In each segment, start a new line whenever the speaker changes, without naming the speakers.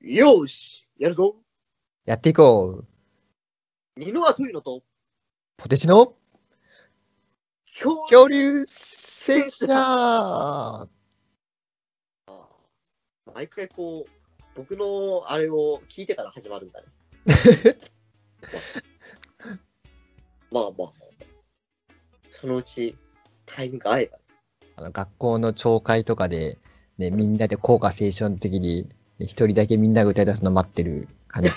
よーし、やるぞ。
やっていこう。
二のはというのと、
ポテチの
今日
恐竜戦車
毎回こう、僕のあれを聞いてから始まるんだね。まあまあまあ、そのうちタイミング合えば。
あの学校の聴会とかで、ね、みんなで校歌青春的に、ね一人だけみんなが歌い出すの待ってる 感じ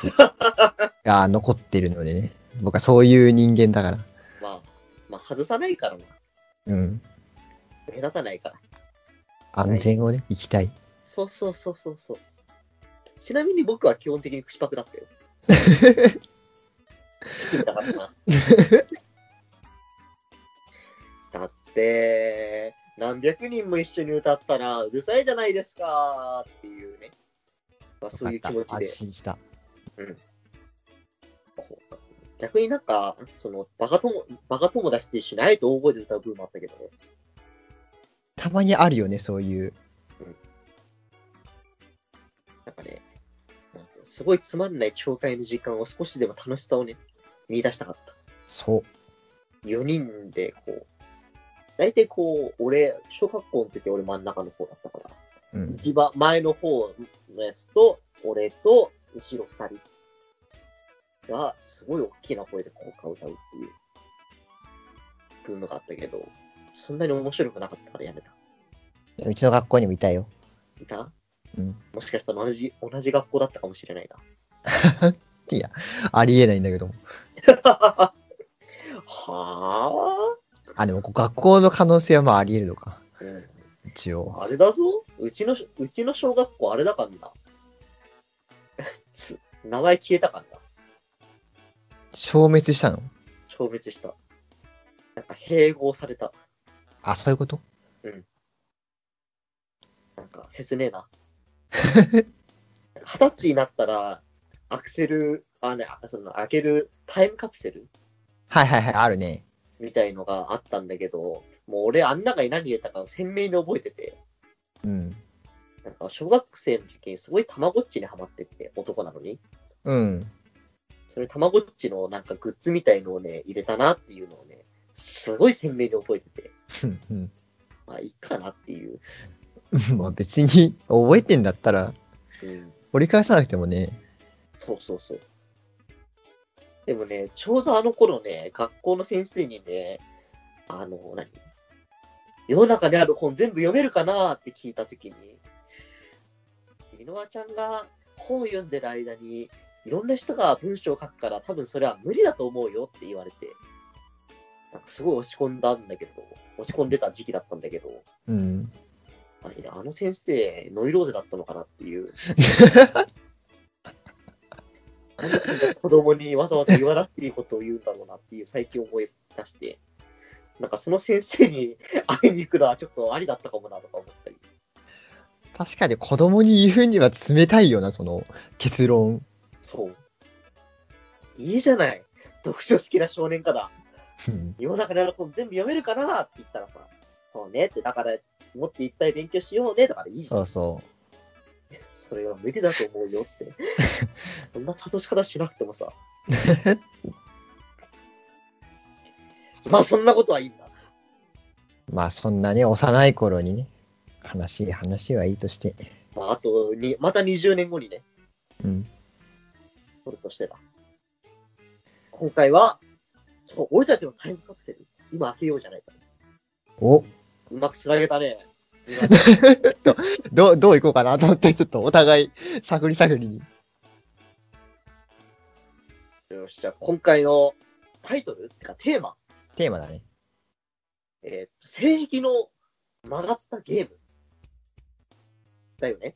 が残ってるのでね。僕はそういう人間だから。
まあ、まあ、外さないからな、
うん。
目立たないから。
安全をね、行きたい。
そうそうそうそうそう。ちなみに僕は基本的に口パクだったよ。好きだから な。だって、何百人も一緒に歌ったらうるさいじゃないですかっていうね。まあ、そういう気持
よ
ち
かっ
で
た安。心した。
逆になんか、そのバカ友バカ友達と一緒にあえて大声で歌う部分もあったけどね。
たまにあるよね、そういう。
なんかね、なんかすごいつまんない教会の時間を少しでも楽しさをね、見出したかった。
そう。
4人でこう、大体こう、俺、小学校の時俺真ん中の方だったから、
うん。
一番前の方のやつと、俺と後ろ2人が、すごい大きな声で効果を歌うっていう、ブームがあったけど、そんなに面白くなかったからやめた。
うちの学校にもいたよ。
いた
うん。
もしかしたら同じ、同じ学校だったかもしれないな。
ありえないんだけども。
はぁ、
あ、でもこう学校の可能性はまあありえるのか。
うん、
一応。
あれだぞうちの、うちの小学校あれだからな。 つ名前消えたからな。
消滅したの
消滅した。なんか併合された。
あ、そういうこと
なんか切ねえな。二十歳になったら、アクセル、あね、あその開けるタイムカプセル
はいはいはい、あるね。
みたいのがあったんだけど、もう俺あん中に何入れたか鮮明に覚えてて、
うん。
なんか小学生の時にすごいたまごっちにハマってて、男なのに。
うん。
それたまごっちのなんかグッズみたいのをね、入れたなっていうのをね、すごい鮮明に覚えてて、
うん
まあいいかなっていう。
うん。 まあ別に覚えてんだったら、
うん、
折り返さなくてもね。
そうそうそう。でもね、ちょうどあの頃ね、学校の先生にね、あの、何世の中にある本全部読めるかなって聞いたときに、イノワちゃんが本を読んでる間に、いろんな人が文章を書くから、多分それは無理だと思うよって言われて、なんかすごい落ち込んだんだけど、落ち込んでた時期だったんだけど、
うん。
あいやあの先生、ノイローゼだったのかなっていう。あの先生子供にわざわざ言わなくていいことを言うんだろうなっていう最近思い出して、なんかその先生に会いに行くのはちょっとありだったかもなとか思ったり。
確かに子供に言うには冷たいよな、その結論。
そう。いいじゃない。読書好きな少年かだ。
うん
世の中のある本全部読めるかなって言ったらさ、そうねって、だから、もっといっぱい勉強しようねだからいいじゃん。
そうそ
それは無理だと思うよ って。そんな諭し方しなくてもさ。まあそんなことはいいんだ。
う。まあそんなね、幼い頃にね、話、話はいいとして。
まああとに、また20年後にね、
うん。
俺としてだ。今回は、そう、俺たちのタイムカプセル、今開けようじゃないか。
お
うまくつなげた ね。
どう、どういこうかなと思って、ちょっとお互い探り探りに。
よし、じゃあ今回のタイトルってかテーマ、
テーマだね。
えー、性癖の曲がったゲーム。だよね。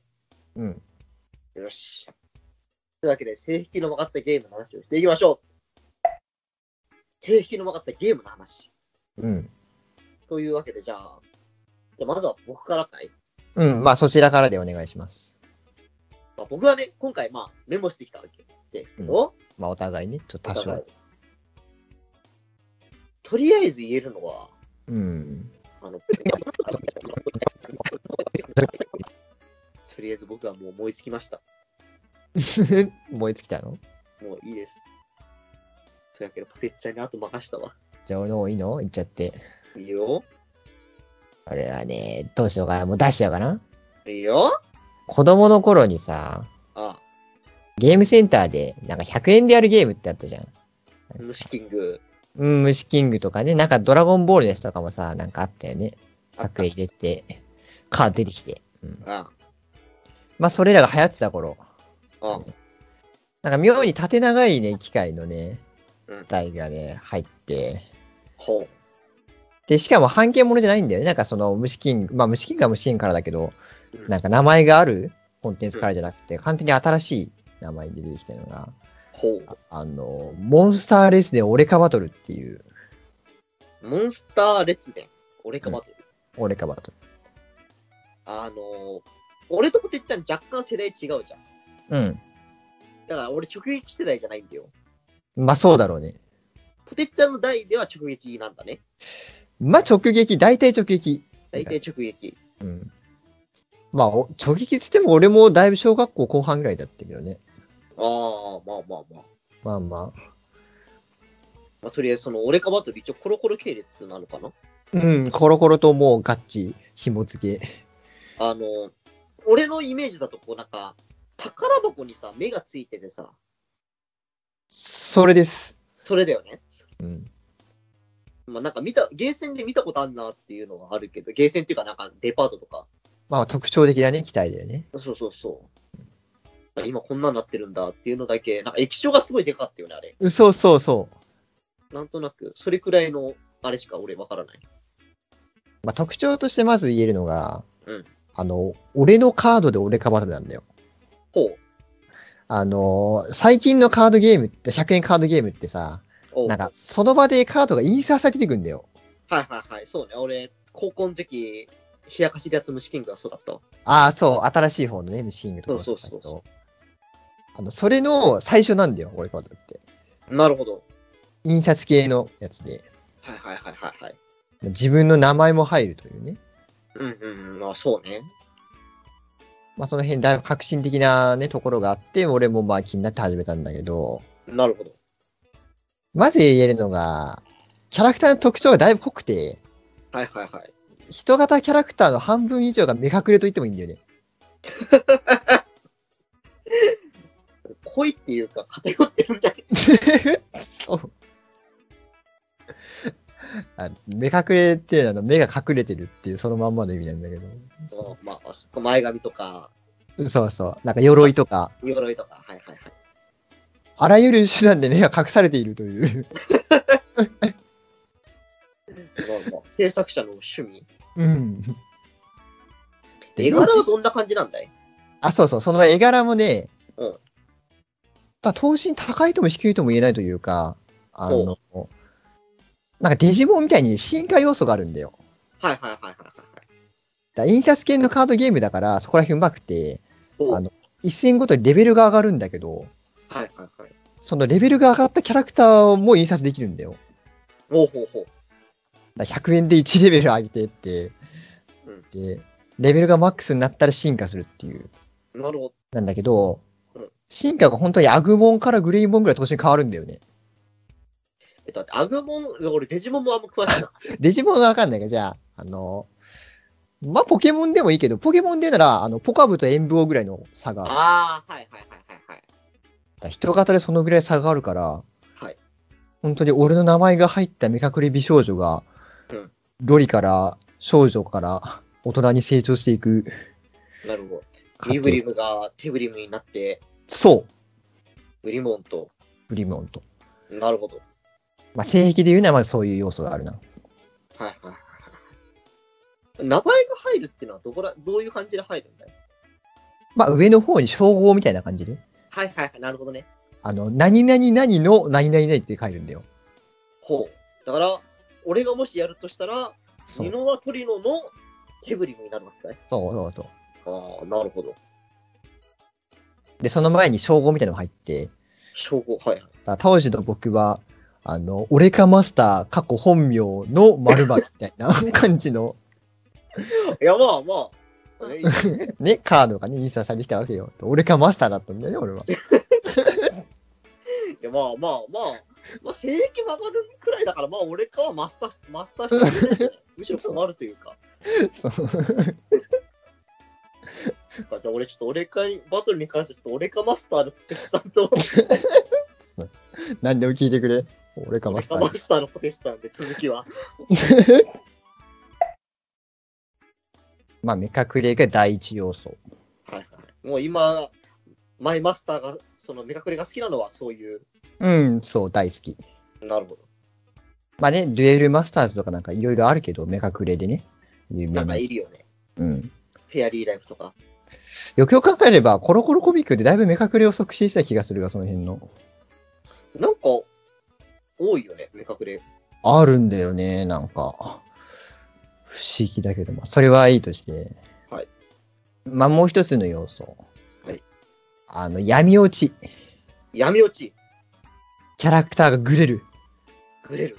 うん。
よし。というわけで、性癖の曲がったゲームの話をしていきましょう。性癖の曲がったゲームの話。
うん。
というわけで、じゃあ、じゃあまずは僕からかい。
うん。まあそちらからでお願いします。
まあ、僕はね、今回、まあ、メモしてきたわけですけど、
まあお互いね、ちょっと
お
多
互い
少。
とりあえず言えるのは、
うん。
あの、とりあえず僕はもう思いつきました。
燃え尽きたの
もういいです。そやけど、パペッチャにあと任したわ。
じゃあ俺の方いいの言っちゃって。
いいよ。
俺はね、どうしようかな。もう出しちゃうかな。
いいよ。
子供の頃にさ、
あ、
ゲームセンターで、なんか100円でやるゲームってあったじゃん。
虫キング。
うん、虫キングとかね、なんかドラゴンボールのやつとかもさ、なんかあったよね。
あっ
100円入れて、カード出てきて。うん、
あ、
まあ、それらが流行ってた頃。
あ、
なんか妙に縦長いね、機械のね
うん、
台がね、入って。
ほう。
で、しかも半径ものじゃないんだよね。なんかその虫キング、まあ虫キングは虫キングからだけど、
うん
なんか名前があるコンテンツからじゃなくて、完全に新しい名前で出てきたのが、
ほ
あの、モンスターレースで俺かバトルっていう、
う。モンスター列伝。俺かバトル。
俺かバト
あのー、俺とポテッチャン若干世代違うじゃん。
ル。うん。
だから俺直撃世代じゃないんだよ。
まあそうだろうね。
ポテッチャンの代では直撃なんだね。
まあ直撃、大体直撃。
大体直撃。
うん。まあお直撃っつっても俺もだいぶ小学校後半ぐらいだったけどね。
ああ、まあまあまあ。
まあまあ。
まあ、とりあえずその俺かバトル一応コロコロ系列なのかな
うん、コロコロともうガッチ紐付け。
あの、俺のイメージだとこうなんか、宝箱にさ、目がついててさ、
それです。
それだよね。
うん。
まあなんか見た、ゲーセンで見たことあんなっていうのはあるけど、ゲーセンっていうかなんかデパートとか。
まあ特徴的だね、機体だよね。
そうそうそう。今こんなんなってるんだっていうのだけ、なんか液晶がすごいでかかったよね、あれ。
そうそうそう。
なんとなく、それくらいの、あれしか俺わからない。
まあ、特徴としてまず言えるのが、
うん
あの、俺のカードで俺かバトルなんだよ。
ほう。
あのー最近のカードゲームって、100円カードゲームってさ、
おう
なんか、その場でカードが印刷されてくんだよ。
はいはいはい、そうね。俺、高校の時、冷やかしでやった虫キングはそうだったわ。
ああ、そう、新しい方のね、ミシングとか
そうそうそう
もそうだけどあの、それの最初なんだよ、俺かバトルって。
なるほど。
印刷系のやつで。
はいはいはいはいはい。
自分の名前も入るというね。
うんうんうん、まあそうね。
まあ、その辺、だいぶ革新的なね、ところがあって、俺もまあ気になって始めたんだけど、
なるほど。
まず言えるのが、キャラクターの特徴がだいぶ濃くて、
はいはいはい。
人型キャラクターの半分以上が目隠れと言ってもいいんだよね。
恋っていうか、偏ってるんじゃない
そう。 あ目隠れっていうのはあの目が隠れてるっていうそのまんまの意味なんだけど。
まあ、そっか前髪とか、
そうそう。なんか鎧とか、
鎧とか。はいはいはい。
あらゆる手段で目が隠されているという。
まあまあ制作者の趣味。
うん。で
絵柄はどんな感じなんだい
あ、そうそう。その絵柄もね、
うん
まあ、等身高いとも低いとも言えないというか、あの、なんかデジモンみたいに進化要素があるんだよ。
はいはいはいはいはいはい。
だから印刷系のカードゲームだから、そこら辺うまくて、
おう
あの一戦ごとにレベルが上がるんだけど、
はいはいはい。
そのレベルが上がったキャラクターも印刷できるんだよ。
ほうほうほう。
だから100円で1レベル上げてって、
うん
で、レベルがマックスになったら進化するっていう、
なるほど。
なんだけど
うん、
進化が本当にアグモンからグレイモンぐらい当然変わるんだよね。
えっと、アグモン、俺デジモンもあんま詳しいな。
デジモンがわかんないから、じゃあ、あの、まあ、ポケモンでもいいけど、ポケモンで言うなら、あの、ポカブとエンブオぐらいの差 がある。
ああ、はいはいはいはいはい。
だから人型でそのぐらい差があるから、
はい
本当に俺の名前が入った目隠れ美少女が、
うん
ロリから少女から大人に成長していく
なるほ
過
ど。ミ
程
ブリムが手ブリムになって、
そう
ブリモンと。
ブリムオンと、
なるほど。
まあ、性癖で言うならまずそういう要素があるな
はいはいはいはい。名前が入るってのはどこら、どういう感じで入るんだい
まあ上の方に称号みたいな感じで
はいはいはい、なるほどね。
あの何々何の何々々って書いるんだよ
ほう。だから、俺がもしやるとしたら、
そ
ニ
う
ノワトリノの手振りになるわけだね。
そうそうそ
ああ、なるほど。
うでその前に称号みたいなのが入って
称号、はいはい。
だ当時の僕はあの俺かマスター過去本名の〇〇みたいな 感じの
いや、まあまあ、ったね。今
ね、カードがね、印刷されてきたわけよ。俺がマスターだったんだよね、俺は。
いやまあまあまあ、まあ、正規曲がるくらいだから、まあ俺かはマスターし、マスターしてくれ ない、むしろ困るというか。
そう。
じゃあ俺ちょっと俺かに、バトルに関してちょっと俺かマスターのポテスタンと、
何でも聞いてくれ。俺がマ
俺
スタ
か
ー
マスターのポテスタンで続きは。
まあ、目隠れが第一要素。
はいはい。もう今、マイマスターが、その目隠れが好きなのはそういう、
うん、そう、大好き。
なるほど。
まあね、デュエルマスターズとかなんかいろいろあるけど、目隠れでね。有
な
名
ん
な
か。いるよね。
うん。
フェアリーライフとか。
よくよく考えれば、コロコロコミックでだいぶ目隠れを促進した気がするが、その辺の。
なんか、多いよね、目隠れ。
あるんだよね、なんか。不思議だけど、まあ、それはいいとして。
はい。
まあ、もう一つの要素。
はい。
あの、闇落ち。
闇落ち、
キャラクターがグレる。
グレる。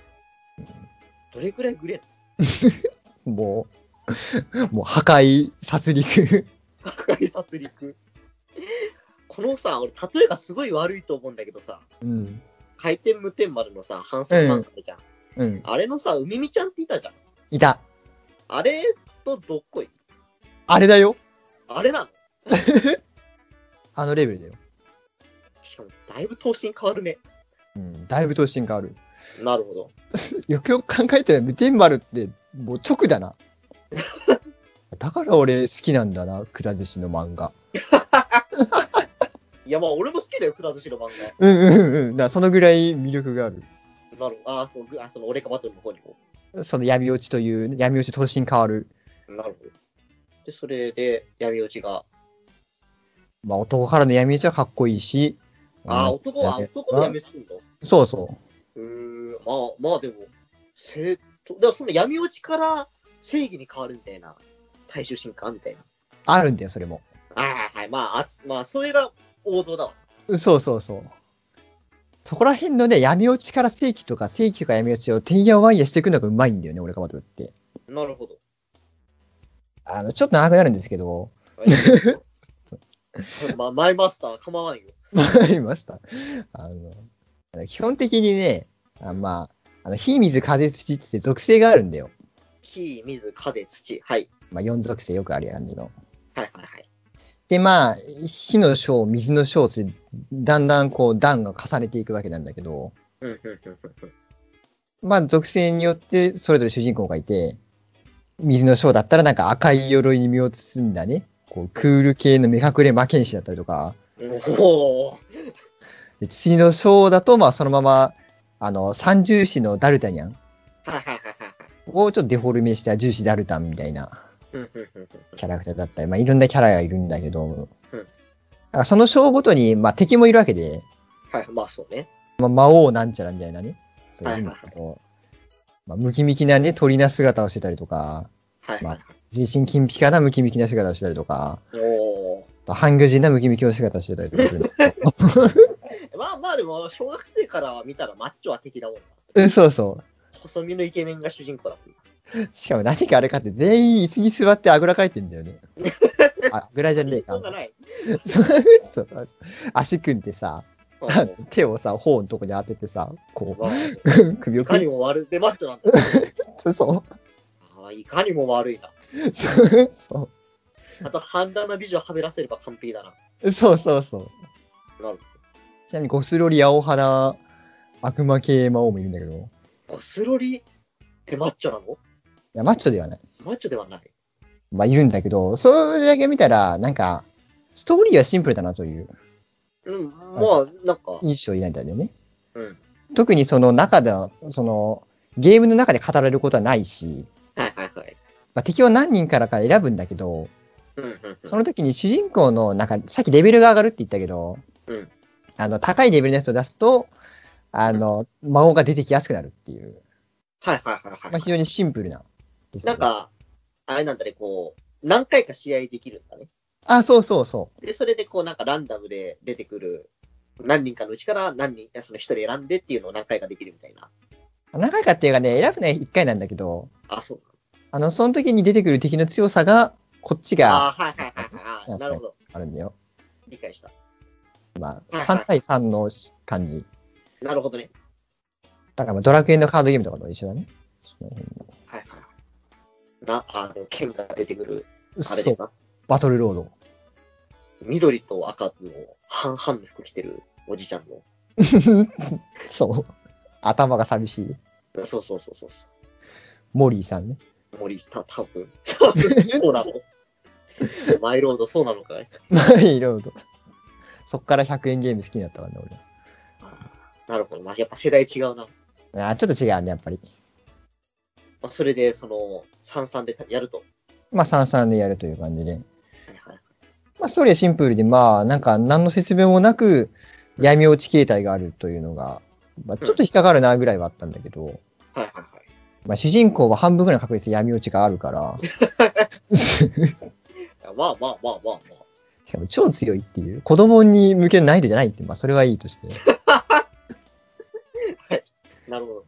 どれくらいグレる
もう、 もう破壊、殺戮。
破壊殺戮。このさ、俺、例えがすごい悪いと思うんだけどさ、
うん。
回転無天丸のさ、反則三角じゃん。
うん。
あれのさ、海みちゃんっていたじゃん。
いた。
あれとどっこい。
あれだよ。
あれなの
あのレベルだよ。
しかも、だいぶ頭身変わるね。
うん。だいぶ頭身がある。
なるほど。
よくよく考えたら、無天丸って、もう直だな。 だから俺好きなんだな、くら寿司の漫画。
いや、まあ、俺も好きだよ、くら寿司の漫画。
うんうんうん。だからそのぐらい魅力がある。
なるほど。あー、そう、ぐあその俺かバトルの方にも。
その闇落ちという、闇落ち頭身変わる。
なるほど。で、それで、闇落ちが。
まあ男からの闇落ちはかっこいいし。
あー、
うん
男は、
闇
男は闇落ちするの
そうそう。
うーん、まあ、まあでも、正当、だからその闇落ちから正義に変わるみたいな、最終進化みたいな。
あるんだよ、それも。
ああ、はい、まあ、あつまあ、それが王道だわ。
そうそうそう。そこら辺のね、闇落ちから正規とか正規から闇落ちをてんやわんやしていくのがうまいんだよね、俺がまとって。
なるほど。
あの、ちょっと長くなるんですけど、
まあ、マイマスター構わんよ。
わかりました。あの、あの基本的にね、あまあ、あの、火、水、風、土って属性があるんだよ。
火、水、風、土。はい。
まあ、4属性よくある感じの。
はいはいはい。
で、まあ、火の章、水の章って、だんだんこう、段が重ねていくわけなんだけど、
うんうんうんうん
まあ、属性によってそれぞれ主人公がいて、水の章だったらなんか赤い鎧に身を包んだね、こうクール系の目隠れ魔剣士だったりとか、
うん。おお、
で土の章だとまあそのまま、あの、三重視のダルタニャン
はいはいはいはいはい。
をちょっとデフォルメした重視ダルタンみたいな
うんうんうん
キャラクターだったり、まあいろんなキャラがいるんだけど、
うん
だからその章ごとに、まあ敵もいるわけで、
はい、まあそうね。
まあ、魔王なんちゃらみたいなね、そういうの
はい
と、まあムキムキなね、鳥な姿をしてたりとか、
はいはいはい。
全身金ピカなムキムキな姿をしてたりとか、
おお。
あと半魚人なムキムキの姿をしてたりとかする んだけど
まあまあでも、小学生から見たらマッチョは敵だもんな。
うんそうそ
細身のイケメンが主人公だもんな。
う。しかも何かあれかって全員椅子に座ってあぐらかいてんだ よね。ああぐらじゃねえ
そ
か
う。がない。
そうそう足組んでさ、
うん
あの手をさ、頬のとこに当ててさ、こ
まあ
う、首を
いか
く
に
り
も悪いデマットなんだ。
そうそ
ああいかにも悪いな。
うそうそ
あと、判断の美女をはめらせれば完璧だな。
うそうそうそう。
なる
ちなみにゴスロリ、青花、悪魔系魔王もいるんだけど、い
ゴスロリってマッチョなの
やマッチョではない。
マッチョではない。
まあいるんだけど、それだけ見たら、なんか、ストーリーはシンプルだなという
うん、まあ、なんか、
印象になったんだよね。
うん。
特にその中では、その、ゲームの中で語られることはないし、
はいはいはい。
まあ、敵を何人からか選ぶんだけど、
うんうん
その時に主人公の、なんか、さっきレベルが上がるって言ったけど、
うん
あの、高いレベルのやつを出すと、あの、魔王が出てきやすくなるっていう、
はいはいはい
まあ、
は
非常にシンプルな。
い。なん、か、あれなんだね、こう、何回か試合できるんだね。
あ、そうそうそ
で、それでこう、なんかランダムで出てくる、何人かのうちから何人、その一人選んでっていうのを何回かできるみたいな。
う。何回かっていうかね、選ぶのは1回なんだけど、
あ、そう
あの、その時に出てくる敵の強さが、こっち
あ
が
あ、はいはいはいはいあ。なるほど。
あるんだよ。
理解した。
まあ、
はい
3対3の感じ。
なるほどね。
だからまあドラクエのカードゲームとかと一緒だね。その辺の
はいはい。な、あの、剣が出てくる、あれ
そ
で
う、
な。
バトルロード。
緑と赤の半々の服着てるおじちゃんの。
そう。頭が寂しい。
そうそうそうそうそ
モリーさんね。
う。森下、多分多分そうなの。マイロード、そうなのかい
いろいろと。そっから100円ゲーム好きになったからね、
なるほど。まあ、やっぱ世代違うな。ま
俺。あーちょっと違うね、やっぱり。
あ、それで、その、三々でやると。
まあ、33でやるという感じで。
はいはい。
まあ、ストーリーはシンプルで、まあ、なんか、何の説明もなく、闇落ち形態があるというのが、まあ、ちょっと引っかかるなぐらいはあったんだけど、
はいはいはい。
まあ、主人公は半分ぐらいの確率で闇落ちがあ るから、
まあまあまあまあまあ。
しかも超強いっていう、子供に向ける難易度じゃないって、まあ、それはいいとして。
なるほど。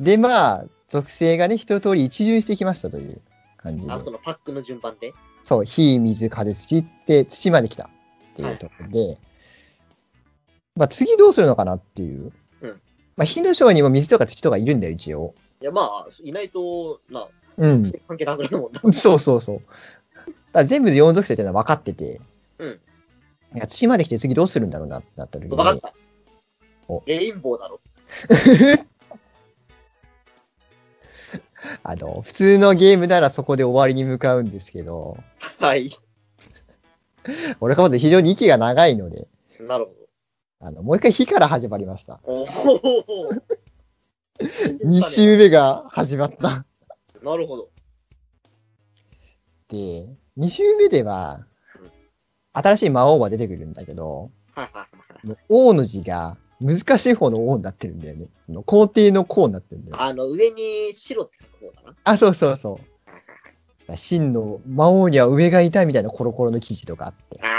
で、まあ、属性がね、一通り一巡してきましたという感じで
あ、。そのパックの順番で。
そう、火、水、風、土って、土まで来たっていうところで、まあ、次どうするのかなっていう。
うん
まあ、火の章にも水とか土とかいるんだよ、一応。
いや、まあ、いないと、な、
うん。
関係なくなるもんな。
そうそうそう。だから全部で4属性っていうのは分かってて、
うん。
いや土まで来て次どうするんだろうなってなった時
分かっ
に、
た
お。
レインボーだろ。
あの、普通のゲームならそこで終わりに向かうんですけど、
はい。
俺がまだ非常に息が長いので、
なるほど。
あの、もう一回火から始まりました。
おお。
2。周目が始まった。
なるほど。
で、2周目では
うん、
新しい魔王が出てくるんだけど、
はいはいはいはい。
王の字が難しい方の王になってるんだよね。あの皇帝の皇になってるんだよ。
あの、上に白って書く方だな。
あ、そうそうそう。
はいはい
真の魔王には上がいたみたいなコロコロの記事とかあって、
はい。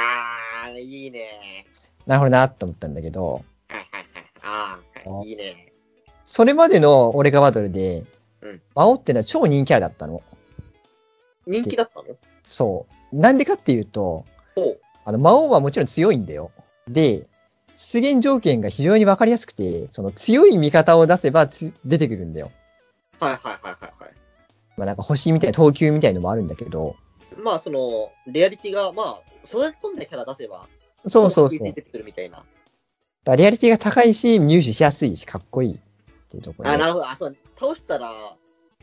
あー、いいね。
なるほどなと思ったんだけ
は
ど、
いはいはい。あ
お
ー、いいね。
それまでの俺がバトルで
うん、
魔王ってのは超人気キャラだったの。
人気だったの
そう。なんでかっていうと、
ほう。
あの魔王はもちろん強いんだよ。で、出現条件が非常に分かりやすくて、その強い味方を出せばつ出てくるんだよ。
はいはいはいはいはい。
まあ、なんか星みたいな、投球みたいのもあるんだけど、
まあ、その、レアリティが、まあ、育て込んだキャラ出せば、
そうそうそ
食
う。
いつい
だ
て
か
くるみたいな。
らリアリティが高いし、入手しやすいし、かっこいいっていうところ
あ、な
で。
るほど。あ、そう、倒したら、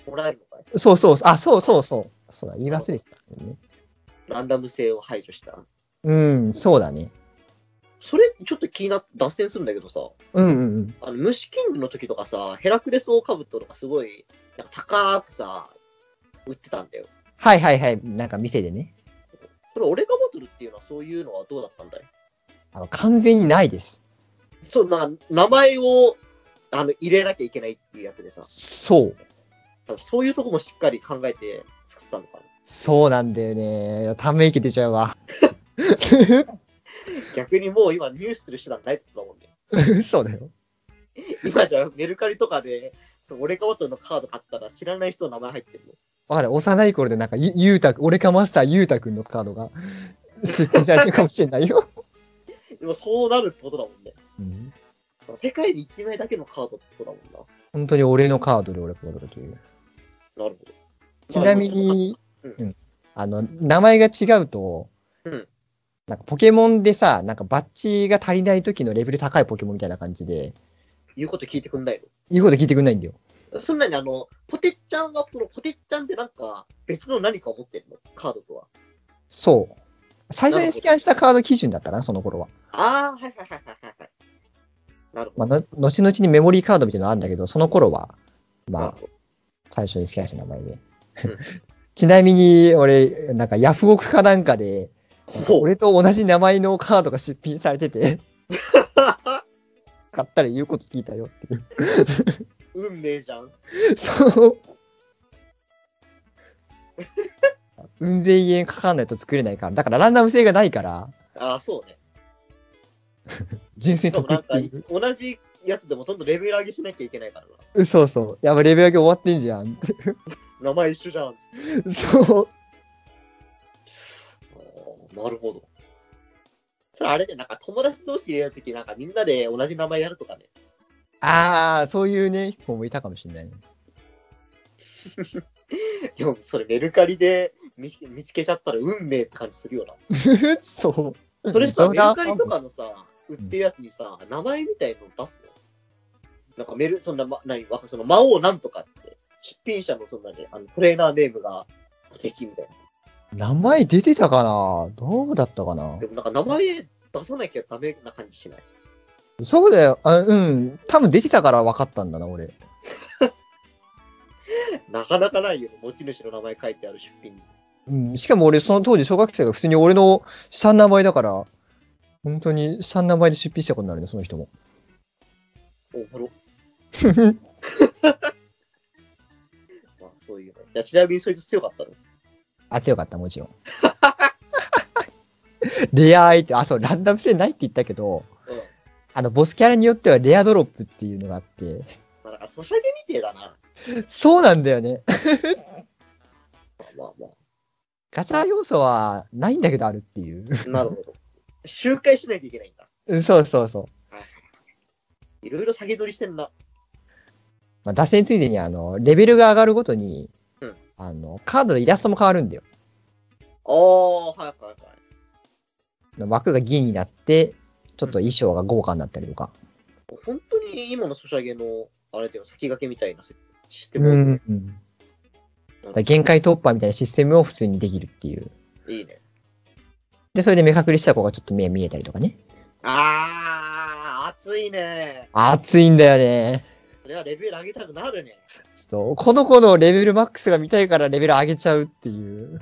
もらえるのかい
そうそうそう、あ、そうそうそう。そうだ、言い忘れてたね。
ランダム性を排除した。
うん、そうだね。
それ、ちょっと気になって、脱線するんだけどさ、
うんうんうん。
あの虫キングの時とかさ、ヘラクレスオオカブトとかすごい、なんか高くさ、売ってたんだよ。
はいはいはい、なんか店でね。
それ、オレガバトルっていうのは、そういうのはどうだったんだい
あの、完全にないです。
そう、まあ、名前をあの入れなきゃいけないっていうやつでさ、
そう。
多分そういうとこもしっかり考えて作ったのかな。
そうなんだよね。ため息出ちゃうわ。
逆にもう今、入手する手段ないってことだもんね。
そうだよ。
今じゃメルカリとかで、そのオレガバトルのカード買ったら知らない人の名前入ってるの。
わかんない。幼い頃でなんか、ゆゆうたくん、俺かマスターゆうたくんのカードが出品されてるかもしれないよ。
でもそうなるってことだもんね。
うん、
世界に1枚だけのカードってことだもん
本当に俺のカードで俺が踊るという。
な。なるほど。
ちなみに、
うん
うんあの、名前が違うと、
うん
なんかポケモンでさ、なんかバッジが足りない時のレベル高いポケモンみたいな感じで、
言うこと聞いてくんない
言うこと聞いてくんないんだよ。
のそんなにあの、ポテッちゃんは、そのポテッちゃんってなんか別の何かを持ってるのカードとは。
そう。最初
なる
に
ほど
スキャンしたカード基準だったな、その頃は。
ああ、はいはいはいはいはい。なるほ
まあ、
ど。
の後々にメモリーカードみたいなのあるんだけど、その頃は、ま
なる
あ
ほ、ど
最初にスキャンした名前で
う ん。
ちなみに、俺、なんかヤフオクかなんかで、
ほう
俺と同じ名前のカードが出品され てて、買ったら言うこと聞いたよっていう。
運命じゃん。
そう。うん千円かかんないと作れないから。だからランダム性がないから、
ああ、そうね。
純粋
し
に
かも
得
な
っ
ん
て
か
いう。
同じやつでもどんどんレベル上げしなきゃいけないからな。
そうそう。やばい、レベル上げ終わってんじゃん。
名前一緒じゃんっつって。
そう。
あーなるほど。それあれで、なんか友達同士入れるとき、なんかみんなで同じ名前やるとかね。
ああ、そういうね、子もいたかもしれないね。
でもそれメルカリで見つけ見つけちゃったら運命って感じするよな。
そう。
それさ、
う
メ
だ
ルカリとかのさ、売ってるやつにさ、名前みたいの出すのなんかメル、そんな、ま、何、わかその魔王なんとかって、出品者のそんなね、あのトレーナーネームが、ポテチみたい
名前出てたかなどうだったかな
な。でもなんか名前出さなきゃダメな感じしない。
そうだよ。あうん。多分出てたから分かったんだな、俺。
なかなかないよね、持ち主の名前書いてある出品に。
うん。しかも俺、その当時、小学生が普通に俺の下の名前だから、本当に下の名前で出品したことになるね、その人も。
おも ろ。まあそういうね。いや、ちなみにそいつ強かったの。
あ、強かった、もちろん。レアアイテム、あ、そう、ランダム性ないって言ったけど、
うん。
あの、ボスキャラによってはレアドロップっていうのがあって、
まあ、なんか、ソシャゲみてえだな。
そうなんだよね。
まあまあま
ガチャ要素はないんだけどあるっていう。
あ。 なるほど。周回しないといけないんだ。
うんそうそうそう。
いろいろ下げ取りしてんな。
まあ、脱線ついでに、あの、レベルが上がるごとに、
うん
あの、カードのイラストも変わるんだよ。
ああ、はいはいはい。
枠が銀になって、ちょっと衣装が豪華になったりとか。
本当に今のソシャゲの、あれだよ、先駆けみたいなシステ
う
ム、
ん。うんだから限界突破みたいなシステムを普通にできるっていう。
いいね。
で、それで目隠れした子がちょっと目見えたりとかね。
ああ、熱いね。
熱いんだよね。
これはレベル上げたくなるね。
そう。この子のレベルマックスが見たいからレベル上げちゃうっていう。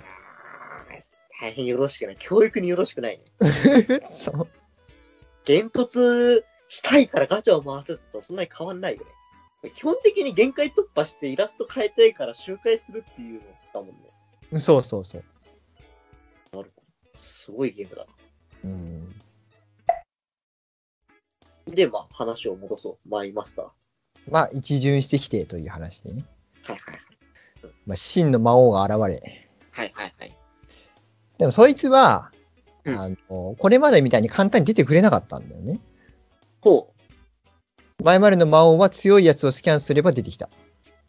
あー大変よろしくない。教育によろしくないね。
そう。
幻突したいからガチャを回すとそんなに変わんないよね。基本的に限界突破してイラスト変えたいから周回するっていうのだもんね。
そうそうそう。
すごいゲームだな。
うん。
で、まあ話を戻そう。マイマスター。は
まあ、一巡してきてという話でね。
いはいはい。
まあ、真の魔王が現れ。
はいはいはい。
でもそいつは、
うん
あのこれまでみたいに簡単に出てくれなかったんだよね。
ほう。
前までの魔王は強いやつをスキャンすれば出てきた。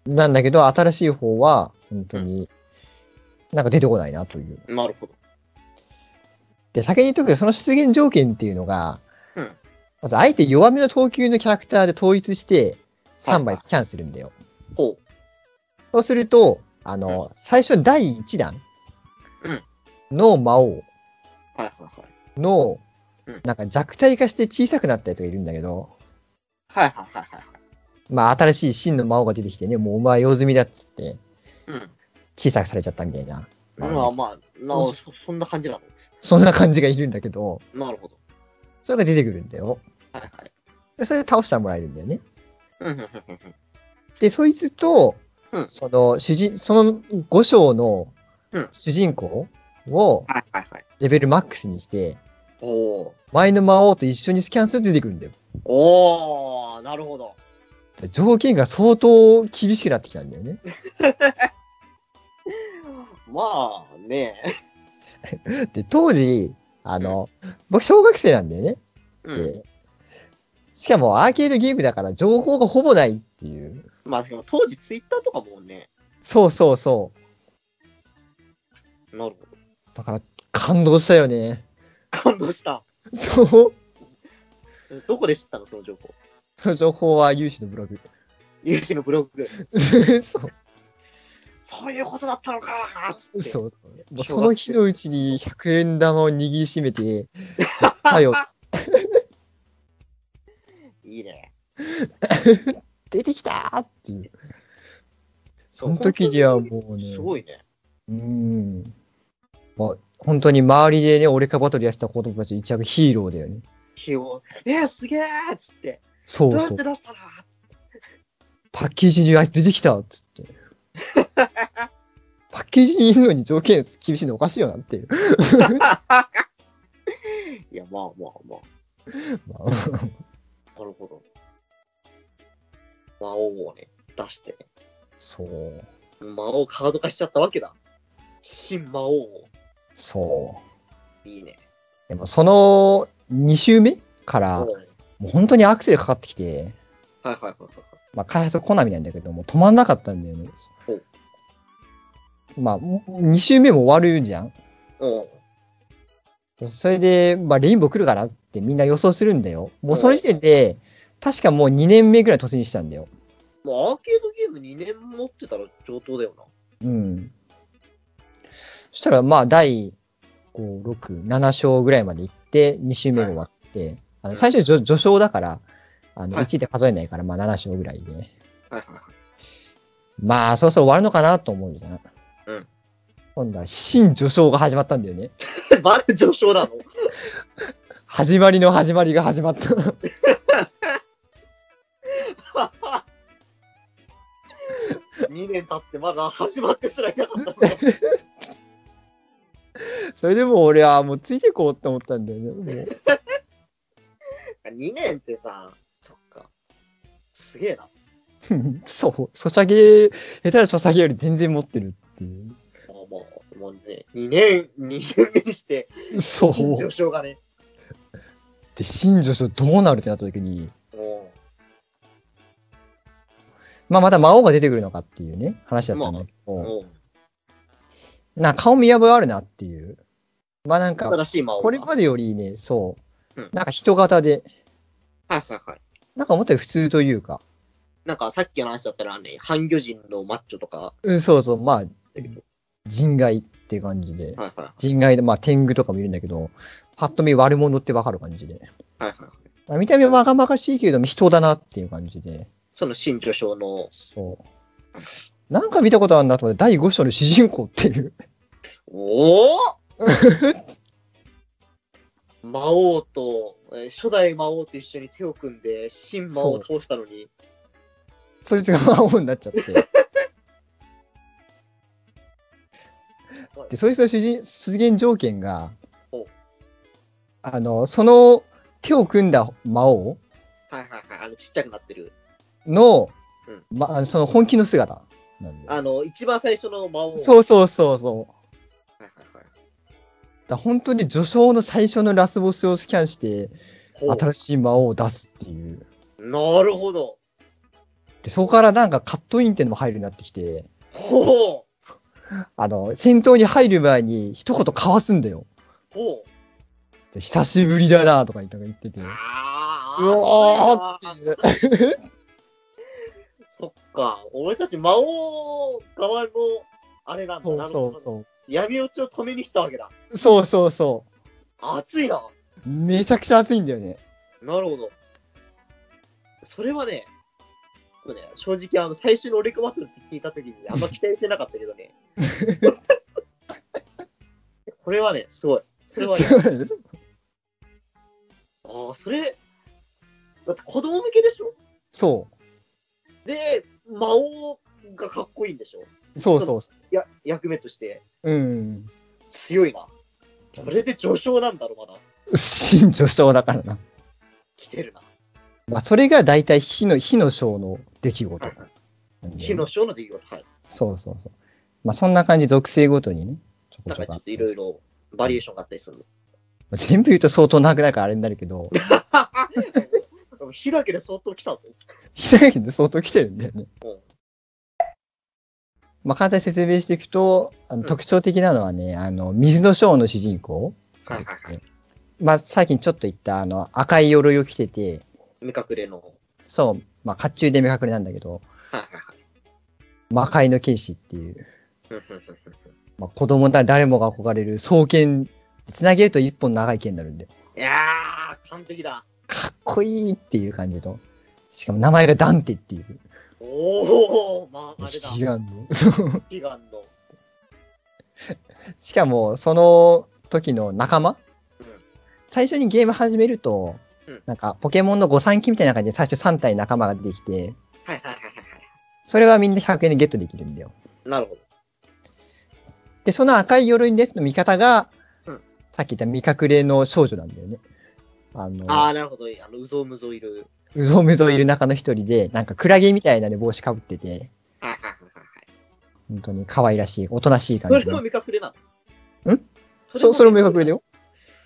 なんだけど、新しい方は、本当に、なんか出てこないなという。
なるほど。
で、先に言っとくけど、その出現条件っていうのが、
うん
まず、あえて弱めの投球のキャラクターで統一して、3
はいはい
枚スキャンするんだよ。
ほ
そうすると、あの、最初第1弾
うん
の魔王
う。はいはいはい。
の
うん、
なんか弱体化して小さくなったやつがいるんだけど、
はいはいはいはい。
まあ、新しい真の魔王が出てきてね、もうお前用済みだっつって、
うん。
小さくされちゃったみたいな。まあね
まあまあ、なおそそんな感じな
そんな感じがいるんだけど、
の。なるほど。
それが出てくるんだよ。
はいはい。
でそれで倒したらもらえるんだよね。
うんうんうんうん
で、そいつと、
うん
その主人、その5章の
うん
主人公を
はいはいはい。
レベルマックスにして、
おー。
前の魔王と一緒にスキャンすると出てくるんだよ。
おー、なるほど。
で条件が相当厳しくなってきたんだよね。
まあね
で、当時、あの、僕小学生なんだよね。
うん。
でしかもアーケードゲームだから情報がほぼないっていう。
まあでも当時ツイッターとかもね、
そうそうそう。
なるほど。
だから感動したよね。
感動した。
そう。
どこで知ったの、その情報。
その情報は有志のブログ。
有志のブログ。
そ
そういうことだったのかーっつって
う。そう。もうその日のうちに100円玉を握りしめて、はよ、
いいね。
出てきたーっていう。その時にはもうね、
すごいね。
うん。まあ、本当に周りでね、俺かバトルやってた子供たち一躍ヒーローだよね。
気を、えー、すげーっつって。
そ
どう
う
やっ
そう
て。出したのーっつって
パッケージにあいつ出てきたっ つって。パッケージにいるのに条件厳しいのおかしいよなっていう。
いや、まあまあまあ。
まあ
なるほど。魔王をね、出してね、
そう。
魔王をカード化しちゃったわけだ。新魔王を。
そう。
いいね。
でもその2周目から、
うん
も
はいう
本当にアクセルかかってきて、
はいはいはい
まあ開発はコナミなんだけど、もう止まんなかったんだよね
ほう。
まあ、2周目も終わるじゃん。
はい。うん。
それで、まあ、レインボー来るかなってみんな予想するんだよ。もうその時点で、確かもう2年目ぐらい突入してたんだよ。
まあ、アーケードゲーム2年持ってたら上等だよな。
うん。そしたら、まあ、第5、6、7章ぐらいまで行って、2週目が終わって、あ
う
の
ん
最初序、序章だから、あの、
はい
1で数えないから、まあ、7章ぐらいで。
はいはいはい。
まあ、そろそろ終わるのかなと思うじゃん。
うん。
今度は、新序章が始まったんだよね。
まだ上昇なの
始まりの始まりが始まった。
?2 年経ってまだ始まってすらいなかったの か。
それでも俺はもうついてこうって思ったんだよね。もう
2年ってさ、そっか。すげえな。
うんそう、ソシャゲ、下手なソシャゲより全然持ってるってい
もう、もう、もうね、2年、2年目にして、
う。そう。
上昇がね。
で、新女書どうなるってなった時に、
も
まあまた魔王が出てくるのかっていうね、話だったんだけ
う、
ど、
も
なんか顔見破あるなっていう。まあなん
う、
か、
新しい魔王が。
これまでよりね、そう
うん、
なんか人型で、
はいはいはい。
なんか思ったより普通というか、
なんかさっきの話だったらね、半魚人のマッチョとか、
うん、そうそう、まあ
だけど、
人外っていう感じで、
はいはい
人外で、まあ天狗とかもいるんだけど、パッと見悪者ってわかる感じで。
はいはい。
まあ見た目はがまがしいけれども人だなっていう感じで。
その新序章の、
そう。なんか見たことあるなと思って、第5章の主人公っていう。
おお魔王と、えー初代魔王と一緒に手を組んで、新魔王を倒したのに、
そいつが魔王になっちゃって。で、そいつの主人出現条件が
ほう、
あの、その手を組んだ魔王
はいはいはい、あの、ちっちゃくなってる。
の、
うん
ま、あのその本気の姿なんだ
あ
よ。
の、一番最初の魔王。
そうそうそうそう。
はいはいはい。
だから本当に序章の最初のラスボスをスキャンして、
ほう
新しい魔王を出すっていう。
なるほど。
で、そこからなんかカットインっていうのも入るようになってきて、
ほう。
あの、戦闘に入る前に一言交わすんだよ。
ほう。
で久しぶりだなとか言って言ってて。う
あー
おーっていう。
そっか。俺たち魔王側の、あれなんだ。
そう
なる
そ
ほ
う
ど
そ
闇落ちを止めに来たわけだ。
う。そうそうそ
熱いな。
う。めちゃくちゃ熱いんだよね。
なるほど。それはね、そうね正直、あの、最初のレクバトルって聞いたときに、 あんま期待してなかったけどね。これはね、すごい。それはね、 ああ、それ、だって子供向けでしょ
そ
で、魔王がかっこいいんでしょ
う。そうそう。
や役目として。
うん。
強いな。これで序章なんだろ、まだ。
新序章だからな。
来てるな。
まあ、それが大体火の、火の章の出来事なんだよね、
火の章の出来事。はい。
そうそうそう。まあ、そんな感じ、属性ごとにね。ちょこ
なん
ち
か
ょ
ち
こ
ょっといろいろバリエーションがあったりする
全部言うと相当長くないからあれになるけ ど、
の。火だけで相当来たぞ。
ひだけで相当来てるんだよね。
うん
まあ、簡単に説明していくと、あの
うん
特徴的なのはね、あの、水のショーの主人公。
はいはいはい。
まあ、最近ちょっと言った、あの、赤い鎧を着てて、
目隠れの。
そう、まあ、甲冑で目隠れなんだけど、
はいはいはい
魔界の剣士っていう、
うんうんうん
まあ、子供なら誰もが憧れる双剣、つなげると一本長い剣になるんで、
うん。いやー、完璧だ。
かっこいいっていう感じの、しかも名前がダンテっていう、
おー、まあ、あれだ。
違うの。
悲願の。
しかも、その時の仲間、
うん
最初にゲーム始めると、
うん
なんか、ポケモンの御三家みたいな感じで最初3体仲間が出てきて、
はいはいはいはいはい。
それはみんな100円でゲットできるんだよ。
なるほど。
で、その赤い鎧のやつの味方が、
うん
さっき言った未隠れの少女なんだよね。あの、
あー、なるほど。あの、うぞうむぞういる。
うぞうむぞいる中の一人で、なんかクラゲみたいなね、帽子かぶってて、
はいはいはいはい。
本当に可愛らしい、おとなしい
そ
感
れ
じ
も
の。
見隠れなの
んそそれも目隠れだ
よ。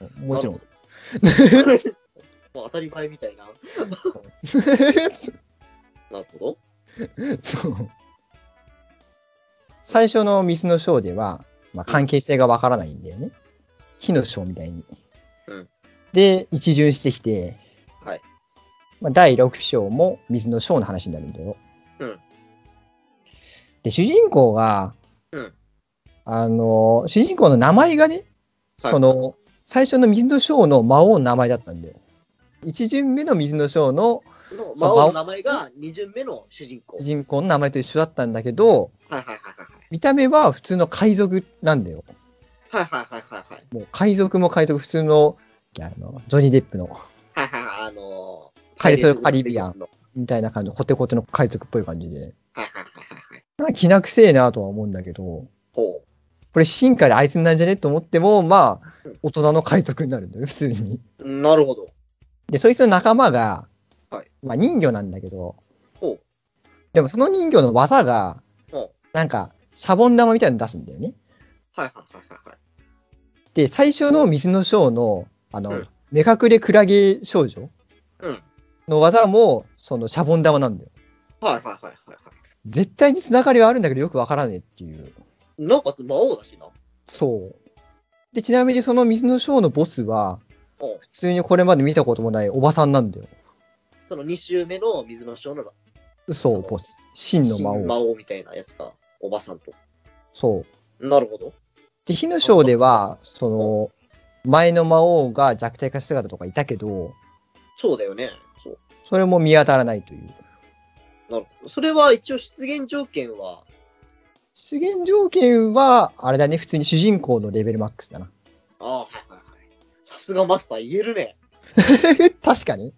よ。もちろん。
もう当たり前みたいな。なるほど。
そう。最初のミスのショーでは、まあ、関係性がわからないんだよね。火のショーみたいに。
うん
で、一巡してきて、
はい
まあ、第6章も水のショーの話になるんだよ。
うん
で、主人公が、
うん
あの、主人公の名前がね、その、最初の水のショーの魔王の名前だったんだよ。一巡目の水のショーの
の
そう
魔王
魔王
の名前が二巡目の主人公。
主
はい
人公の名前と一緒だったんだけど、
はいはいはいはい。
見た目は普通の海賊なんだよ。
はいはいはいはいはい。
もう海賊も海賊、普通の、あの、ジョニー・デップの、
はいはいはい、あのー、
パイレーツオブカリビアン
の。
みたいな感じの、ホテコテの海賊っぽい感じで。
はいはいはいはいはい。
なんか、気なくせえなとは思うんだけど、
ほ
これ進化であいつになんじゃねと思っても、まあ
うん、
大人の海賊になるんだよ、普通に。
う。なるほど。
で、そいつの仲間が、
はい
まあ人魚なんだけど、
ほう。
でもその人魚の技が
うん、
なんか、シャボン玉みたいなの出すんだよね。
はいはいはいはいはい。
で、最初の水のショーの、あの、
うん
目隠れクラゲ少女
うん。
の技も、そのシャボン玉なんだよ。
はいはいはいはいは
絶対につながりはあるんだけどよくわからねえっていう。
い。なんか魔王だしな。
そう。で、ちなみにその水のショーのボスは、
うん
普通にこれまで見たこともないおばさんなんだよ。
その二周目の水の章の
そう、ボス。真の魔
新
王。
魔王みたいなやつか。おばさんと。
そう。
なるほど。
で、火のショーでは、その、前の魔王が弱体化した姿とかいたけど、
そうだよね。そう。
それも見当たらないという。
なるほど。それは一応出現条件は、
出現条件は、あれだね、普通に主人公のレベルマックスだな。
ああ、はいはいはい。さすがマスター言えるね。
確かに。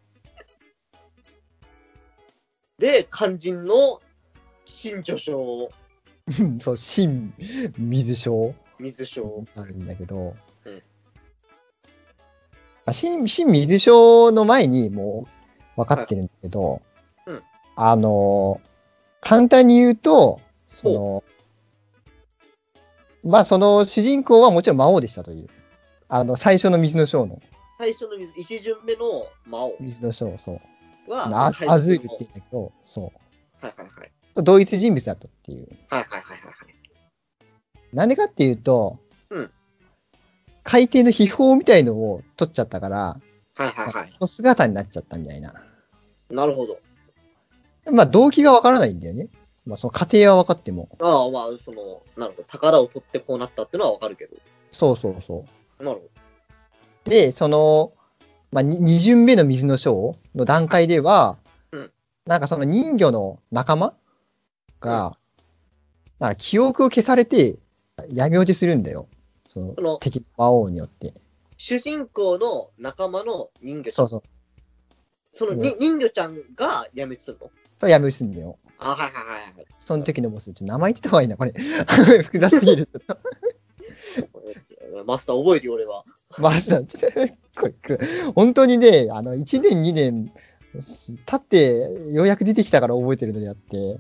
で、肝心の新序章、
うんそう、新水晶。
水章。
あるんだけど、
うん
あ新新水症の前にもう分かってるんだけど、
はいうん
あの簡単に言うとそのまあその主人公はもちろん魔王でしたというあの最初の水の章の
最初の水、一巡目の魔王
水の章そう
は
あ、
最
ア
初
ズ
の
ールって言うんだけどそ
はいはいはい。
う同一人物だったっていう
はいはいはいはいはい。
なんでかっていうと、
うん
海底の秘宝みたいのを取っちゃったから
はいはいは
その姿になっちゃったみたいな。
い。なるほど。
まあ、動機がわからないんだよね。まあ、その過程は分かっても。
ああ、まあ、その、なるほど。宝を取ってこうなったってのはわかるけど。
そうそうそ
なるほ
う。で、その、まあ、2巡目の水の章の段階では、
うん
なんかその人魚の仲間が、なんか記憶を消されて、闇落ちするんだよ。その
ど。その、
敵の魔王によって。
主人公の仲間の人魚ちゃ
そ
ん。
うそう。
そのに人魚ちゃんがやめつるの
そう闇落ちするんだよ。
あ、はいはいはいはい。
その時のボス、ちょっと名前言ってた方がいいな、これ。 複雑すぎる。
マスター覚えてよ、俺は。
まあ、ちょっとこれく本当にね、あの、1年、2年経って、ようやく出てきたから覚えてるのであって、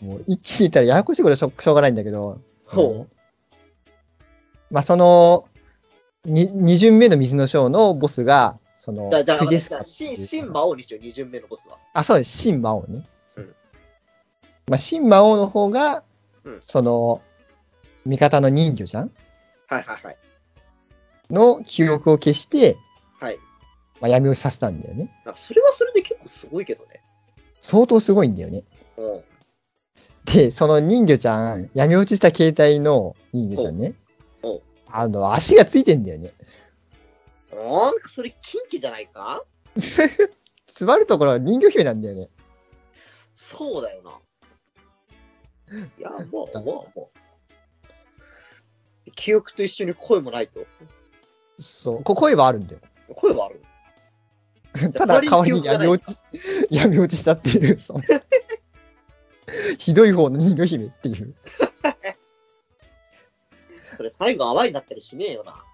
もう一気に言ったらややこしいことはしょしょうがないんだけど、
ほ
まあ、その、に2巡目の水のショーのボスが、その、
う。じゃあ、じゃあ、
クジェス
じゃ
カ
あ新新魔王にしよう、二巡目のボスは。
あ、そうです、新魔王ね。
うん
まあ、新魔王の方が、
うん
その、味方の人魚ちゃん
はいはいはい。
の記憶を消して、
はい。
まあ、闇落ちさせたんだよね。
なんかそれはそれで結構すごいけどね。
相当すごいんだよね。
うん。
で、その人魚ちゃん、闇落ちした携帯の人魚ちゃんね
おうおう。
あの、足がついてんだよね。
なんかそれ、近畿じゃないか
座るところは人魚姫なんだよね。
そうだよな。いや、まあま
だ
あまあ。記憶と一緒に声もないと。
そう。こ声はあるんだよ。
声はある。
ただ、代わりに
や
闇落ち、 闇落ちしたっていう、そう ひどい方の人魚姫っていう。
それ最後、泡になったりしねえよな。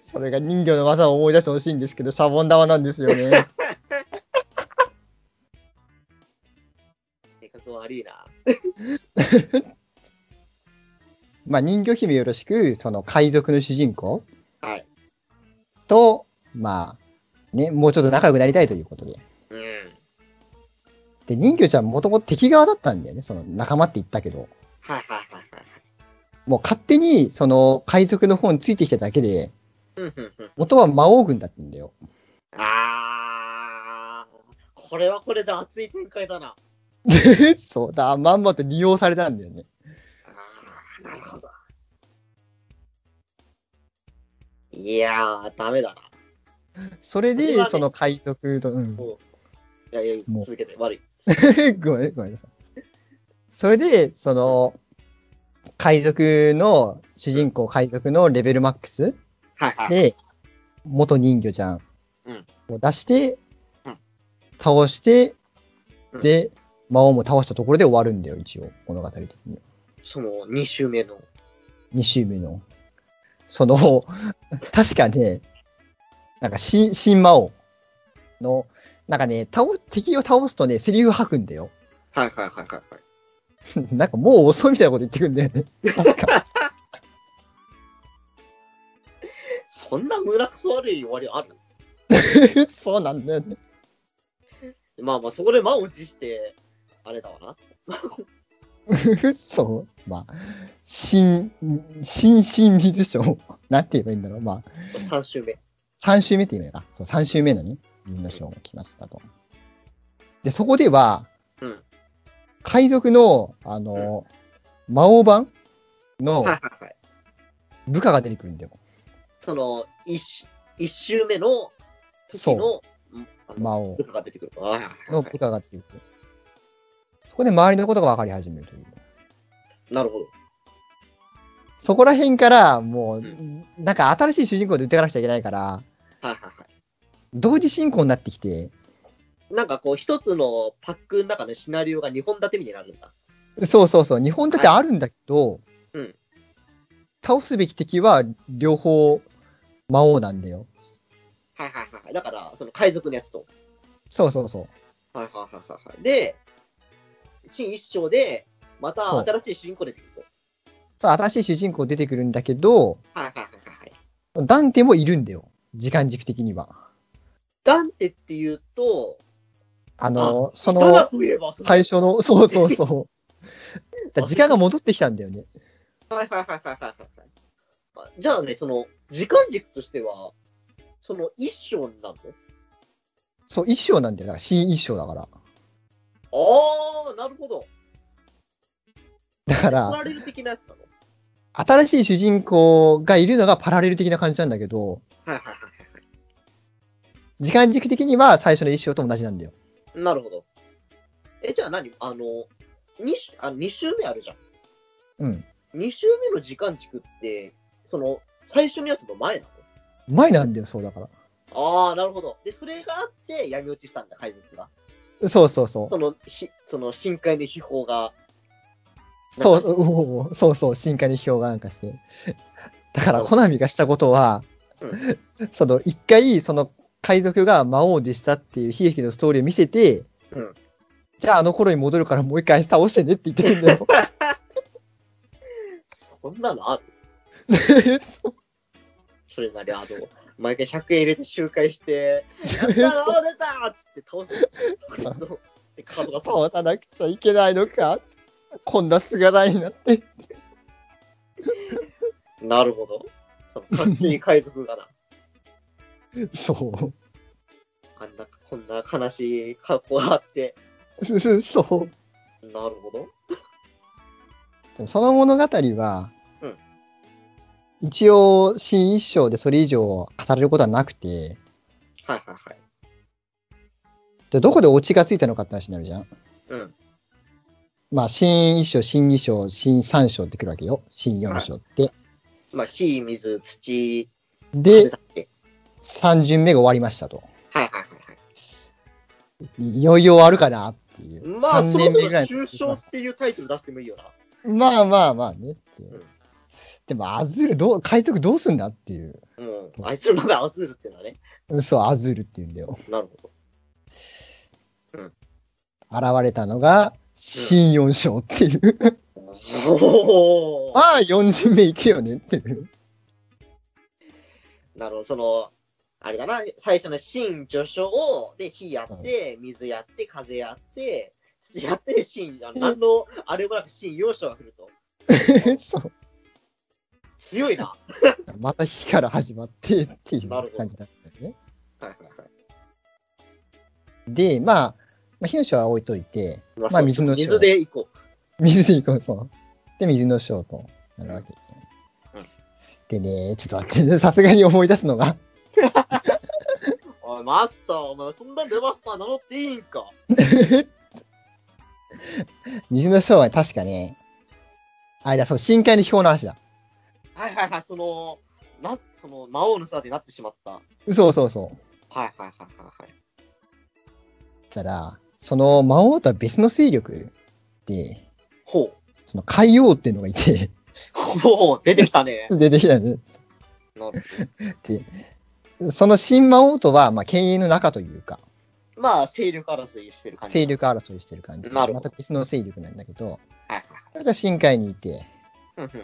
それが人魚の技を思い出してほしいんですけど、シャボン玉なんですよね。
性格悪いな。
まあ、人魚姫よろしく、その海賊の主人公
はい。
と、まあ、ね、もうちょっと仲良くなりたいということで。
うん。
で、人魚ちゃんもともと敵側だったんだよね、その仲間って言ったけど。
はいはいはいはいはい。
もう勝手に、その海賊の方についてきただけで、
うんうんうん。
元は魔王軍だったんだよ。
あー、これはこれで熱い展開だな。
でそうだ、まんまと利用されたんだよね。
あー、なるほど。いやー、ダメだな。
それ
そ
で、
れはね
その海賊と、うん。
もう、いやいや、
もう
続けて、悪い。
ごめん、ごめんなさい。それで、その、海賊の、主人公海賊のレベルマックス
はいはい。
で、元人魚ちゃん
うん
を出して
うん、
倒して、
うん
で、魔王も倒したところで終わるんだよ、一応、物語的には。
その2周目の。
2周目の。その、 確かね、なんか新、新魔王の、なんかね、倒、敵を倒すとね、セリフ吐くんだよ。
はいはいはいはい。はい
なんかもう遅いみたいなこと言ってくんだよね。 確か。
そんな胸くそ悪い終わりある
そうなんだよね。
まあまあ、そこで満を持して、あれだわな。
そう。まあ、新、新新水賞。 なんて言えばいいんだろう。まあ、
3周目。
3週目って言うのか。そう、3週目のね、水の賞が来ましたと。で、そこでは、
うん
海賊の、あの、魔王版の
はいはいはい。
部下が出てくるんだよ。
その1、一周目の時の、うんあの
魔王
ルカが出てくる。はいはいはい
の部下が出てくる。そこで周りのことが分かり始めるという。
なるほど。
そこら辺から、もう、
う
なんか新しい主人公で打っていかなくちゃいけないから、
はいはいは
同時進行になってきて、
い。なんかこう、一つのパックの中のシナリオが2本立てみたいになるんだ。
そうそうそう、日本だってあるんだけど、
うん
倒すべき敵は両方魔王なんだよ。
はいはいはいはい。だから、その海賊のやつと。
そうそうそう。
はいはいはいはいはい。で、新一章で、また
そう
新しい主人公出てくると。
そう新しい主人公出てくるんだけど、
はいはいはいはいはい。
ダンテもいるんだよ。時間軸的には。
ダンテっていうと、
あの、そ
ダラ
の
といえば、その
最初の、そうそうそう。だ時間が戻ってきたんだよね。
はいはいはいはいはいはい。あじゃあね、その、時間軸としては、その一章になる
そう、一章なんだよ。だから C 一章だから。
のああ、なるほど。
だか
パ
ら、
ラレル的なやつなの
新しい主人公がいるのがパラレル的な感じなんだけど、
はいはいはいは
時間軸的には最初の一章と同じなんだよ。
い。なるほど。え、じゃあ何あの、2週あ二週目あるじゃん。
うん。
2週目の時間軸って、その、最初のやつの前な
前なんだよ、そうだか
のああ、なるほど。で、それがあって、闇落ちしたんだ、海賊が。
ら。そうそうそ
その、ひその深海の秘宝が。
う。そ
な
う、
んか。
うおうおうそうそう、進化に票がなんかして。 だから、コナミがしたことは、
う
その、一回、その、海賊が魔王でしたっていう悲劇のストーリーを見せて、
うん
じゃああの頃に戻るからもう一回倒してねって言ってるんだ よ。
そんなのある
そう
それなり、あの、毎回100円入れて周回して、やったー、倒れたーっつって倒す。で、カードがさ、
倒さなくちゃいけないのかこんな姿になって。
なるほど。その、勝手に海賊がな、
そ
あんな、こんな悲しい過去があって、
う。 そう。
なるほど。
その物語は、
うん
一応、新一章でそれ以上語れることはなくて、
はいはいはい。
でどこでオチがついたのかって話になるじゃん。
うん。
まあ、新一章、新二章、新三章ってくるわけよ。新四章って。
まあ、火、水、土、風
で、
だって。
三巡目が終わりましたと。
はいはいはいはい。
いよいよ終わるかなっていう。
まあ、
三
そろそろ
にな
中
ってきま
傷
し
っていうタイトル出してもいいよな。
たまあまあまあねっていう
うん
でも、アズールどう、海賊どうすんだっていう。
うん。あいつの名前アズールってのはね。
うんそう、アズールって言うんだよ。
なるほど。
現れたのが、新四章っていう。
おー
まあ、四人目いくよねっていう。
なるほど、その、あれだな、最初の新序章で火やって、水やって、風やって、土やって、新、あの何のあれもなく新要所が来ると。
そう。
強いな。
また火から始まってっていう
なるほど
感じだったよね。
はいはいはい。
で、まあ、まあ、火の章は置いといて、 まあ、水の章。
水で行こ
水に行こう、そう。で、水の章となるわけですね。
うん
でね、ちょっと待って、 さすがに思い出すのが、
う。おい、マスター、お前、そんなんでマスター名乗っていいんか。
水の章は確かね、あれだ、そう、深海の表の話だ。
はいはいはい、その、な、その、魔王のさでなってしまった。はい
そうそうそう。
はいはいはいはい。
たら、その魔王とは別の勢力で、
ほう。
その海王っていうのがいて、
ほう、出てきたね。
出てきたんで
なるほ
す。その新魔王とは、まあ、犬猿の仲というか、
どまあ、勢力争いしてる感じ。
勢。力争いしてる感じ。
なるほ
ま
ど
た別の勢力なんだけど、
はいはい
それが深海にいて、
はいふんふん。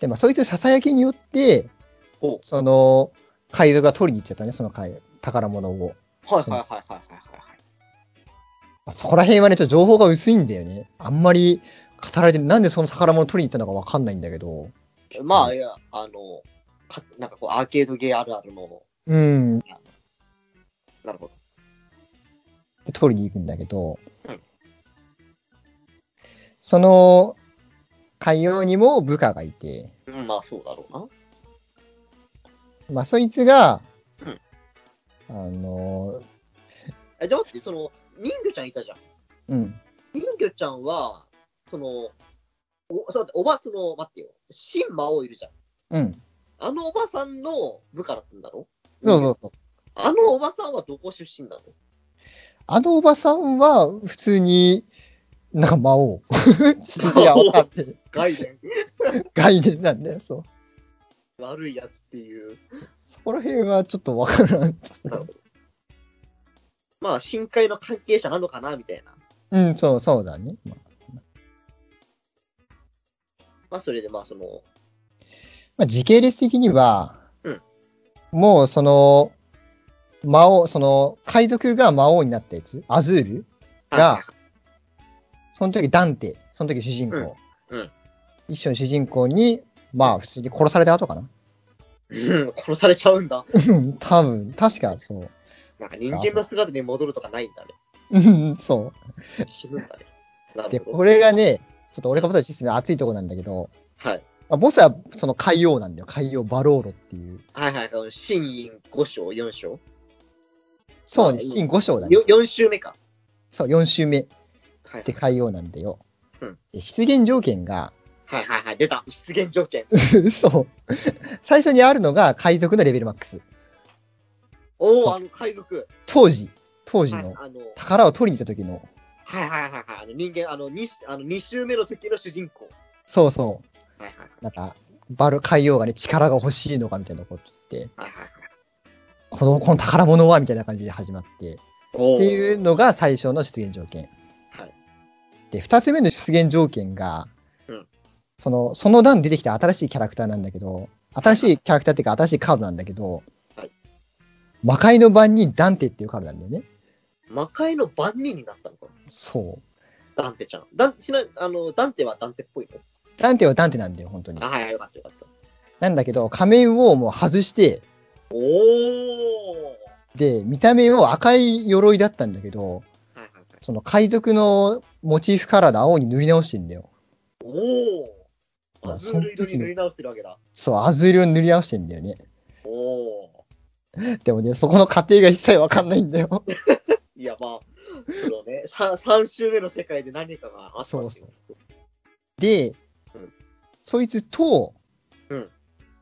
で、まあ、そいつのささやきによって、
ほ
その、海賊が取りに行っちゃったね、その海宝物を。
う。はいはいはいはいはいはい。
まあそこら辺はね、ちょっと情報が薄いんだよね。あんまり語られて、なんでその宝物を取りに行ったのかわかんないんだけど。
まあ、いや、あの、かなんかこう、アーケードゲーあるあるの、
うん、
なるほど。
で取りに行くんだけど、
うん
その海洋にも部下がいて、
うん、まあ、そうだろうな。
まあ、そいつが、
うん
あの、
え、じゃあ待って、その、人魚ちゃんいたじゃん。
うん、
人魚ちゃんは、その、お、そうだおば、その、待ってよ、新魔王いるじゃん。
うん、
あのおばさんの部下だったんだろ
そうそうそう。
あのおばさんはどこ出身なの
あのおばさんは普通に、なんか魔王。 筋 が分かって、
外伝。
概念なんだよ、そう。
悪いやつっていう。
そこら辺はちょっと分からん。
なるほど。まあ、深海の関係者なのかな、みたいな。
うん、そう、そうだね。まあ、
まあ、それで、まあ、その、
まあ、時系列的には、
うん
もうその、魔王、その、海賊が魔王になったやつ、アズール、がその時ダンテ、その時主人公、
うんうん
一緒の主人公に、まあ普通に殺された後かな。
うん殺されちゃうんだ。
うん多分、確かそう。
なんか人間の姿に戻るとかないんだね。
うん、そ
死ぬんだね。な
う。で、
るほ
こ
ど。
れがね、ちょっと俺が僕たちの熱いとこなんだけど、
はい。
まあ、ボスはその海王なんだよ。海王バローロっていう。
はいはい。この新院5章、4章。
そう
あ
ね、新5章だね。
よ4週目か。
そう、4周目
はい
で。海王なんだよ。
うん
で出現条件が、
はいはいはい。出た。出現条件。
そう。最初にあるのが海賊のレベルマックス。
お
そう
お、あの、海賊。
当時、当時
はい、
の
あの、
宝を取りに行った時の、
はいはいはいはい。あの人間、あの、2, あの2週目の時の主人公。
そうそ
はいはい。
う、なんか、バル海王がね、力が欲しいのかみたいなこと言って、
はいはいはい。
このこの宝物はみたいな感じで始まって、っ
お
てい
う。
うのが最初の出現条件。
はい
で、2つ目の出現条件が、
うん
その、その段出てきた新しいキャラクターなんだけど、新しいキャラクターっていうか、新しいカードなんだけど、
はい
魔界の番にダンテっていうカードなんだよね。
魔界の番人になったのかな
そう。
ダンテちゃん。ダンちなあのダンテはダンテっぽいの
ダンテはダンテなんだよ、本当に
あ、。はいはい、よかったよかった。
なんだけど、仮面をもう外して、
おお。
で、見た目も赤い鎧だったんだけど、
はいはいはい。
その海賊のモチーフカラーの青に塗り直してんだよ。
おお。
まあ
アズール色に塗り直してるわけだ。
そう、アズールを塗り直してんだよね。
おお
でもね、そこの過程が一切わかんないんだよ。
ー。いや、まあ、そのね、 さ3週目の世界で何かがあったわけ
そうで、
うん
そいつ
お
と、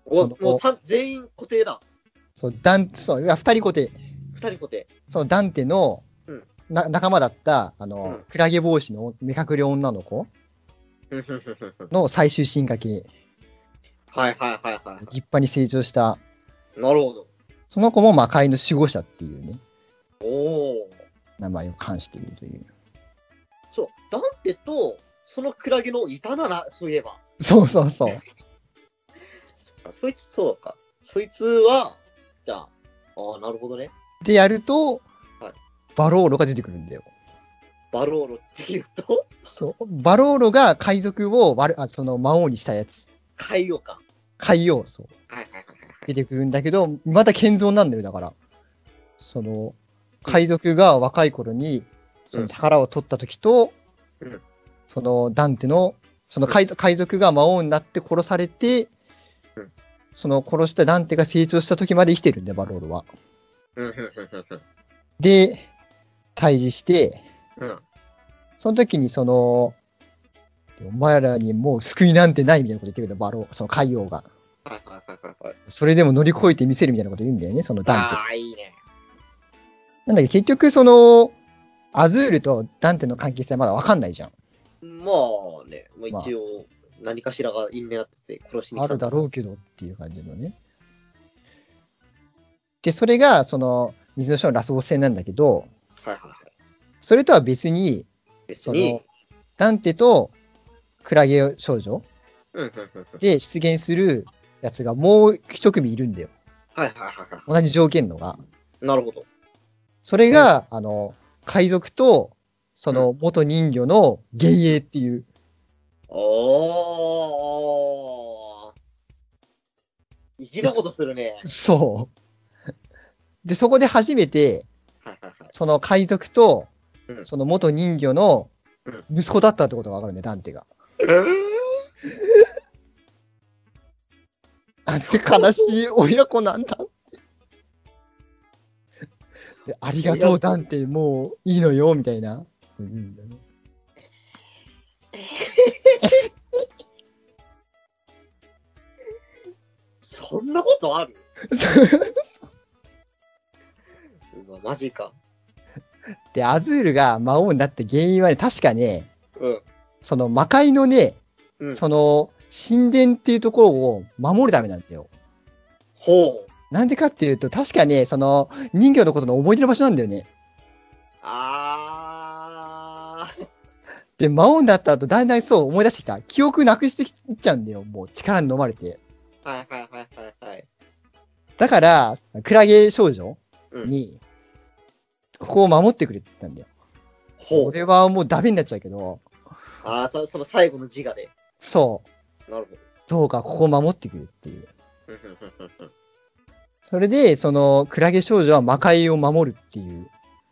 その
もうさん全員固定だ。
そう、ダン、そう、いや、二人固定。
2人固定。
そのダンテの、
うん
な仲間だった、あの、
うん
クラゲ帽子の目隠れ女の子
ふんふんふんふんふん
の最終進化系。
はいはいはいはいはい
立。派に成長した
なるほど。
その子も魔界の守護者っていうね、
おお。
名前を冠しているという。
そう、ダンテと、そのクラゲのいたなら、そういえば。
そうそうそう。
あそいつ、そうか。そいつは、じゃあ、ああ、なるほどね。
でやると
はい、
バローロが出てくるんだよ。
バローロっていうと、
そう。バローロが海賊を悪あその魔王にしたやつ。
海洋か。
海王、そう。
はいはいはいはい。
出てくるんだけど、また健存なんだよ、だから。その、海賊が若い頃に、その宝を取った時と、
うん
そのダンテの、その海賊海賊が魔王になって殺されて
うん、
その殺したダンテが成長した時まで生きてるんだよ、バロールは。
うん、うん、うん、うん
で、退治して、
うん、うん。
その時にその、お前らにもう救いなんてないみたいなこと言ってくるんだよ、バロー、その海王が。
はいはいはいはいはい。
それでも乗り越えてみせるみたいなこと言うんだよね、そのダンテ。
ああ、いいね。
なんだけど結局その、アズールとダンテの関係性はまだわかんないじゃん。
まあね、まあ、一応、何かしらが因縁になってて殺しに
あ
来た
る
んだ。
だろうけどっていう感じのね。で、それがその、水の章のラスボス戦なんだけど、
はいはいはい。
それとは別に、
別
そ
に
の、、ダンテとクラゲ少女
うん、うん、うん。うん
で出現するやつがもう一組いるんだよ。
はいはいはいは
同じ条件のが。
い。なるほど。
それが、あの、海賊と、その元人魚の幻影っていう、
おー。粋なことするね。
そう。で、そこで初めて、
はいはいはい。
その海賊と
う、ん
その元人魚の
うん
息子だったってことがわかるね、ダンテが。
えー、
なんて悲しい親子なんだって。で、ありがとう、ダンテ、もういいのよ、みたいな。うん
そんなことあるうわ、マジか。
で、アズールが魔王になった原因はね、確かね、
うん。
その魔界のね、
うん、
その神殿っていうところを守るためなんだよ。
ほう。
なんでかっていうと、確かね、その人魚のことの思い出の場所なんだよね。
あー。
で、魔王になった後、だんだんそう思い出してきた。記憶なくしてきちゃうんだよ。もう力に飲まれて。
はいはいはいはいはい。
だから、クラゲ少女に、ここを守ってくれって言ったんだよ。
ほう。
俺はもうダメになっちゃうけど、
あーそ、その最後の自我で。
そう、
なるほ
どうかここを守ってくれっていう。
どうんうんうんうんうん。
それで、その、クラゲ少女は魔界を守るっていう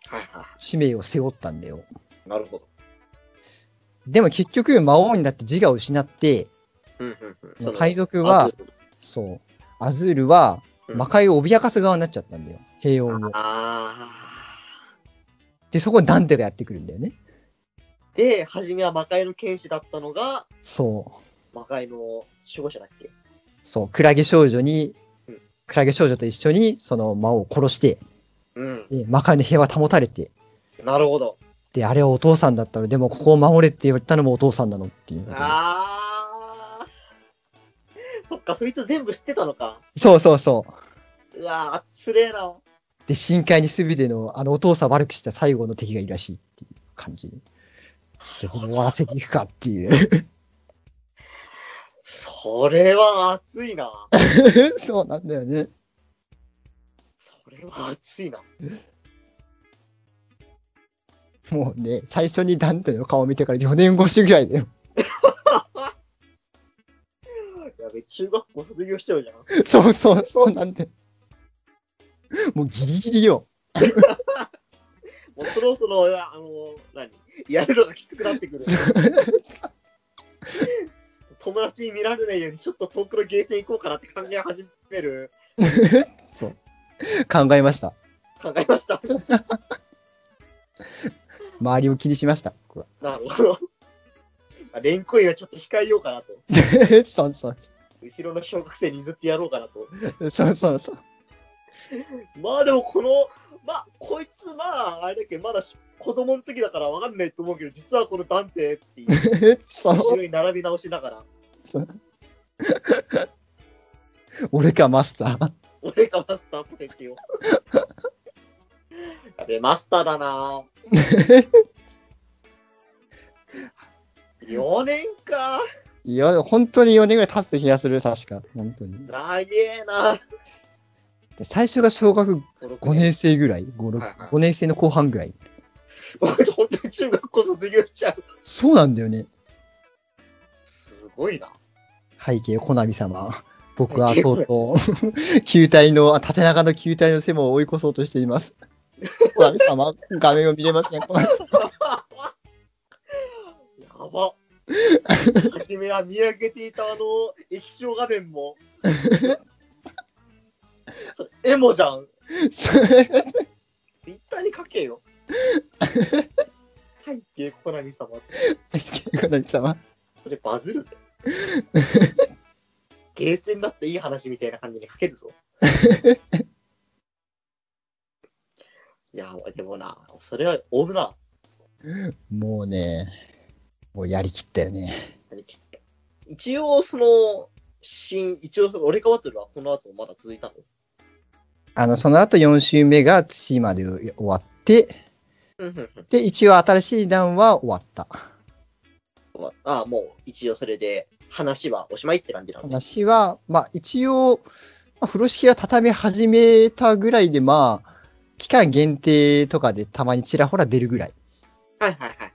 はいはいは
使命を背負ったんだよ。
い。なるほど。
でも結局、魔王になって自我を失って、
うんうんうんその
海賊は
あ、
そう、アズールは
うん
魔界を脅かす側になっちゃったんだよ。平穏を。
あ
で、そこにダンテがやってくるんだよね。
ー。で、初めは魔界の剣士だったのが、
そう。
魔界の守護者だっけ
そう、クラゲ少女に
うん、
クラゲ少女と一緒にその魔王を殺して、
うん。
で魔界の平和保たれて、
なるほど。
で、あれはお父さんだったの、でもここを守れって言ったのもお父さんなのっていう。
あー。 そっか、そいつ全部知ってたのか。
そうそうそう
わー、つれえな。
う。で、深海に全ての、あのお父さんを悪くした最後の敵がいるらしいっていう感じで。じゃあ終わらせていくかっていう。
それは熱いな。
そうなんだよね。
それは熱いな。
もうね、最初にダンテの顔を見てから4年越しぐらいだよ。
やべ、中学校卒業しちゃうじゃん。
そうそう、そうなんだよ。もうギリギリよ。
もうそろそろ、あの、何やるのがきつくなってくる。友達に見られないように、ちょっと遠くのゲーセン行こうかなって考え始める、
考えました。
考えました。
周りを気にしました。僕は
なるほど。あレンコインはちょっと控えようかなと。
そうそう
後ろの小学生に譲ってやろうかなと。
そうそうそう。
まあでもこの、まあこいつまああれだっけまだし子供の時だからわかんないと思うけど、実はこのダンテっていう後
そう
ろに並び直しながら。
俺かマスター。
俺がマスターポエティを。やべ、マスターだな4年か。
いや、本当に4年ぐらい経つ気がする、確か。本当に。
長えな。
で最初が小学5
5
年生ぐらい、5、
はいはい
6 5年生の後半ぐらい。
僕、本当に中学校卒業しちゃう。
そうなんだよね。
すごいな。
背景、コナミ様。僕はとうと う、球体の、あ縦長の球体の背も追い越そうとしています。コナミ様、画面を見れません。 コナミ様
やば。初めは見上げていたあの液晶画面も。それエモじゃん。立体に書け よ。はい、ゲコナミ様。
コナミ様。
それバズるぜ。 ゲーセンだっていい話みたいな感じに書け るぞ。いや、でもな、それは追うな。
もうね、もうやりきったよね。
一応、その、新、一応、その、俺がバトルはこの後まだ続いたの
あの、その後4週目が土まで終わって、で、一応新しい段は終わった。
ああ、もう一応それで話はおしまいって感じなのね。
話は、まあ一応、まあ、風呂敷が畳み始めたぐらいで、まあ、期間限定とかでたまにちらほら出るぐらい。
はいはいはいは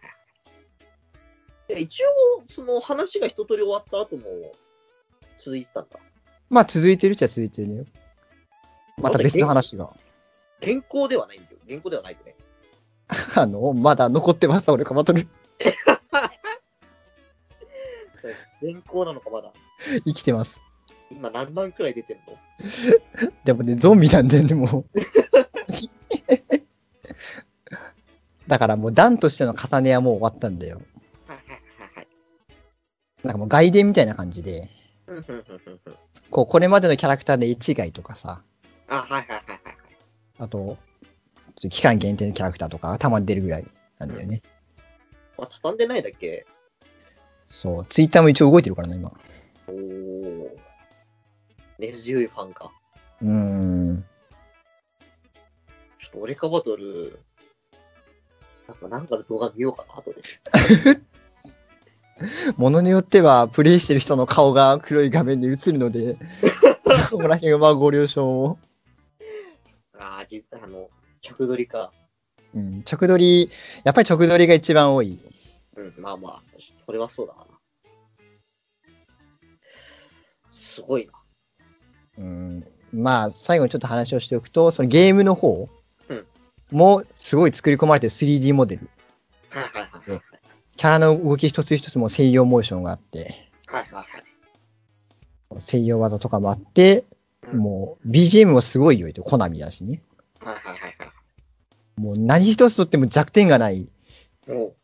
い。で一応、その話が一通り終わった後も続いてたんだ。
まあ続いてるっちゃ続いてるね。また別の話が。
原稿ではないんだよ。原稿ではないよね。
あの、まだ残ってます、俺かバトル。
原稿なのかまだ。
生きてます。
今何段くらい出てんの
でもね、ゾンビなんだよね、もう。だからもう段としての重ねはもう終わったんだよ。
はいはいはいはい。
なんかもう外伝みたいな感じで、
うんうんうんうんうん。
こう、これまでのキャラクターの位置外とかさ、
あ、はいはいはいはい。
あと、期間限定のキャラクターとかがたまに出るぐらいなんだよね。
まあ、畳んでないだけ。
そう、ツイッターも一応動いてるからね、今。
おお。根強いファンか。
うーん。
ちょっと俺かバトル、なんかなんかの動画見ようかな、後で。
ものによっては、プレイしてる人の顔が黒い画面に映るので、そこら辺はまあご了承を。
ああ、実はあの、着取りか。
うん、直撮り、やっぱり直撮りが一番多い。
うん、まあまあ、それはそうだな。すごいな。
うん、まあ、最後にちょっと話をしておくと、そのゲームの方
うん
もすごい作り込まれてる 3D モデル。
はいはいはいはい。
キャラの動き一つ一つも専用モーションがあって、
はいはいはい。
専用技とかもあって、
うん
もう BGM もすごい良いと、コナミだしね。
はいはいはいはい。
もう何一つとっても弱点がない、
お
も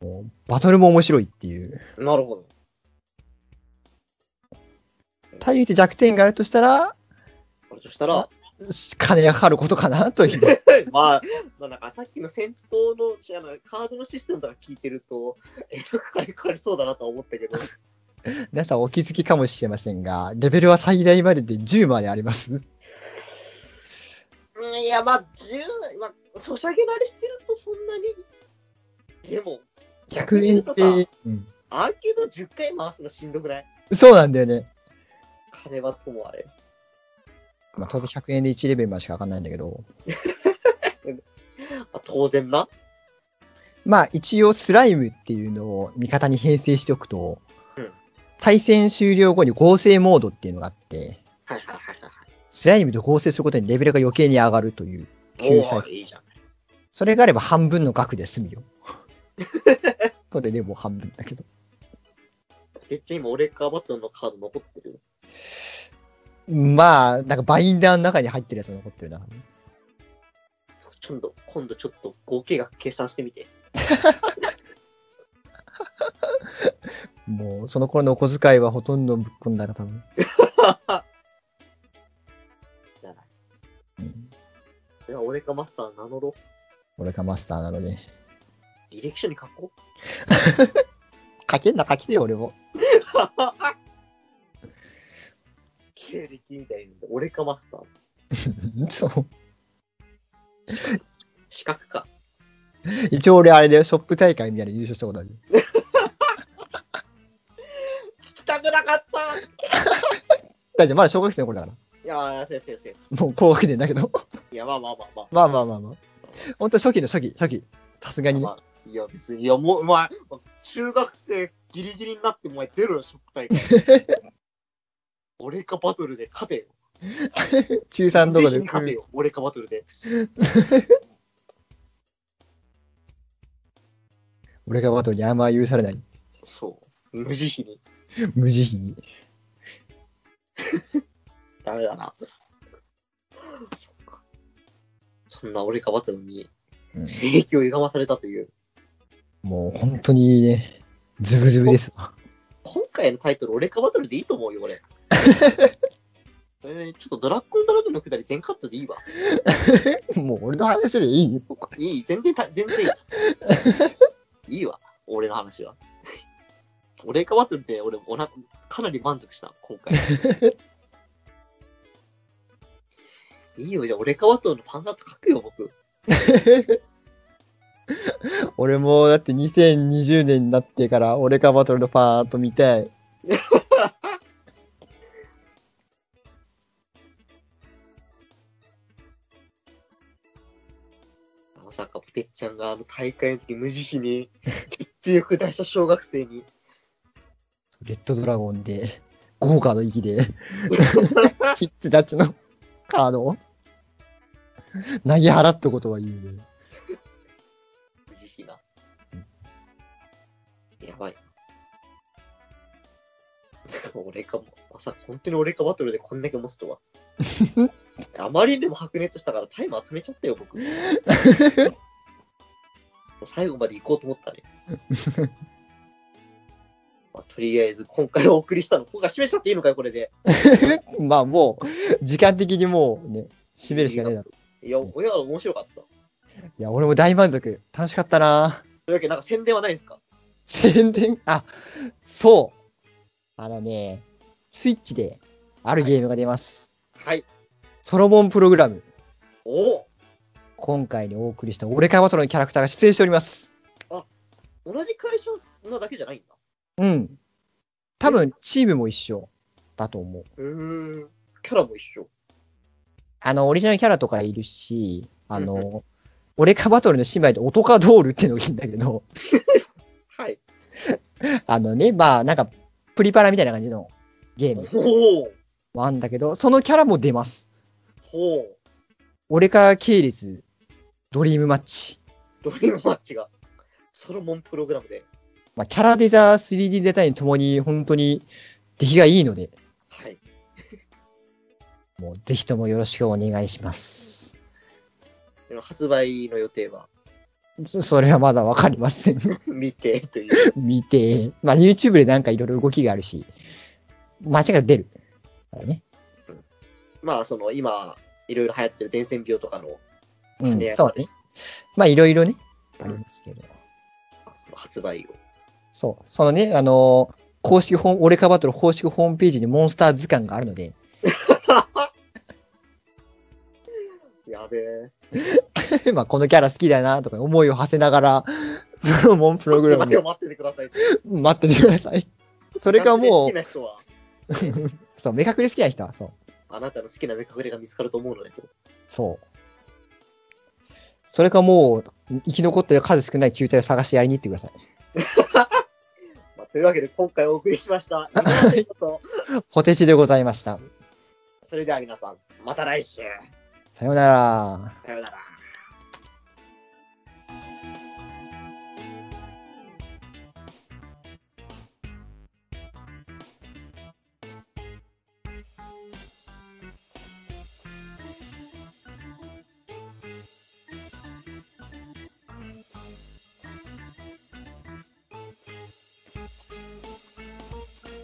うバトルも面白いっていう。
うなるほど。
対して弱点があるとしたら、
これとしたら、
金がかかることかなという。
まあ、まあ、なんかさっきの戦闘のしあのカードのシステムとか聞いてると、えらく金かかりそうだなとは思ったけど、
皆さんお気づきかもしれませんが、レベルは最大までで10まであります。
うんいや、まあ、10、まあ、ソシャゲ慣れしてるとそんなに。でも、逆
100
に
円
言う
っ
と
て
さ、
うん
アーケード10回回すのしんどくない
そうなんだよね。
金はともあれ。
まあ、当然100円で1レベルまでしか上がんないんだけど、
まあ、当然な。
まあ一応スライムっていうのを味方に編成しておくと、
うん
対戦終了後に合成モードっていうのがあって、
はいはいはいはいはい。
スライムと合成することにレベルが余計に上がるという。救済
おーいいじゃん。
それがあれば半分の額で 済むよ。それでもう半分だけど。
めっちゃ今、俺かバトンのカード残ってる。
まあ、なんかバインダーの中に入ってるやつが残ってるな。
ちょっと、今度ちょっと合計額計算してみて。
もうその頃のお小遣いはほとんどぶっ込んだら多分。
じゃない。
うん、
では、俺かマスター名乗ろう。
俺がマスターなので。
履歴書に書こう。
書けんな、書きてよ、俺も。
急経歴みたいなので、俺かマスター。
そう。
資格か。
一応俺あれだよ、ショップ大会みたいなの優勝したことあるよ。
聞きたくなかった
大丈夫、まだ小学生の頃だから。
いやー、先生、先
もう高学年だけど。
生。いや、まあまあまあまあ。
まあまあまあまあ。本当初期の初期、初期。さすがにね。
まあいや、別に、いや、もう、お前、中学生ギリギリになって、お前出るよ、ショック大会。 俺かバトルで勝てよ。
中3とか
ぜ
で
ひ勝てよ、俺かバトルで。
俺がバトルにあんま許されない。
そう。無慈悲に。
無慈悲に。
ダメだな。そっか。そんな俺かバトルに、
うん
兵器を歪まされたという。
もう本当にね、ズブズブですわ。
今回のタイトル、俺かバトルでいいと思うよ、俺。それねちょっとドラッグンドラグのくだり全カットでいいわ。
もう俺の話でいい
いい、全然た、全然いい。いいわ、俺の話は。俺かバトルで俺おな、かなり満足した、今 回。いいよ、じゃあ俺かバトルのファンアート書くよ、僕。
俺もだって2020年になってから俺かバトルのファンアート見たい。
まさか、てっちゃんがあの大会の時無慈悲に、 実力出した小学生に。
レッドドラゴンで、豪華の域 で、キッズたちのカードを投げ払ったことは言うね。
無慈悲な。やばいな。俺かも。まさか、本当に俺かバトルでこんだけ持つとは。あまりにも白熱したからタイマー止めちゃったよ、僕。もう最後まで行こうと思った ね。まあ、とりあえず、今回お送りしたの、今回締めちゃっていいのかよ、これで。
まあもう、時間的にもうね、締めるしかねえだろ。
いや、親は面白かった。と
いや、俺も大満足。楽しかったな。
いうわけで、なんか宣伝はないんですか
宣伝、あ、そう。あのね、スイッチであるゲームが出ます。
はい。
ソロモンプログラム。
おお
今回にお送りした俺かバトルのキャラクターが出演しております。
同じ会社なだけじゃないんだ。
うん。多分、チームも一緒だと思う。
うーん。キャラも一緒。
あの、オリジナルキャラとかいるし、あの、俺かバトルの姉妹で音かドールっていうのがいいんだけど、
はい。
あのね、まあ、なんか、プリパラみたいな感じのゲーム
ほう。
もあるんだけど、そのキャラも出ます。
ほう。
俺か系列、ドリームマッチ。
ドリームマッチが、ソロモンプログラムで。
まあ、キャラデザ、3D デザインともに、本当に、出来がいいので、
はい。
もう、ぜひともよろしくお願いします。
発売の予定は
そそれはまだわかりません。
未定という。
見て、まあ、YouTube でなんかいろいろ動きがあるし、間違いなく出る。からね。
まあ、その、今、いろいろ流行ってる伝染病とかの
う
ね
ん、そうね。まあ、いろいろね、ありますけど。
その発売を。
そう。そのね、あのー公式ホーム、俺かバトル公式ホームページにモンスター図鑑があるので、
やべえ。
まあ、このキャラ好きだなとか思いを馳せながら、 そのモンプログラム
発売
で
を待っててください。
待っててください。それかも
好きな人は、
う、そう、目隠れ好きな人は、そう。
あなたの好きな目隠れが見つかると思うのでと。
そう。それかもう、生き残ってる数少ない球体を探してやりに行ってください。
まあ、というわけで、今回お送りしました。井上聖子と
ポテチでございました。
それでは皆さん、また来週。
さようなら。
さようなら。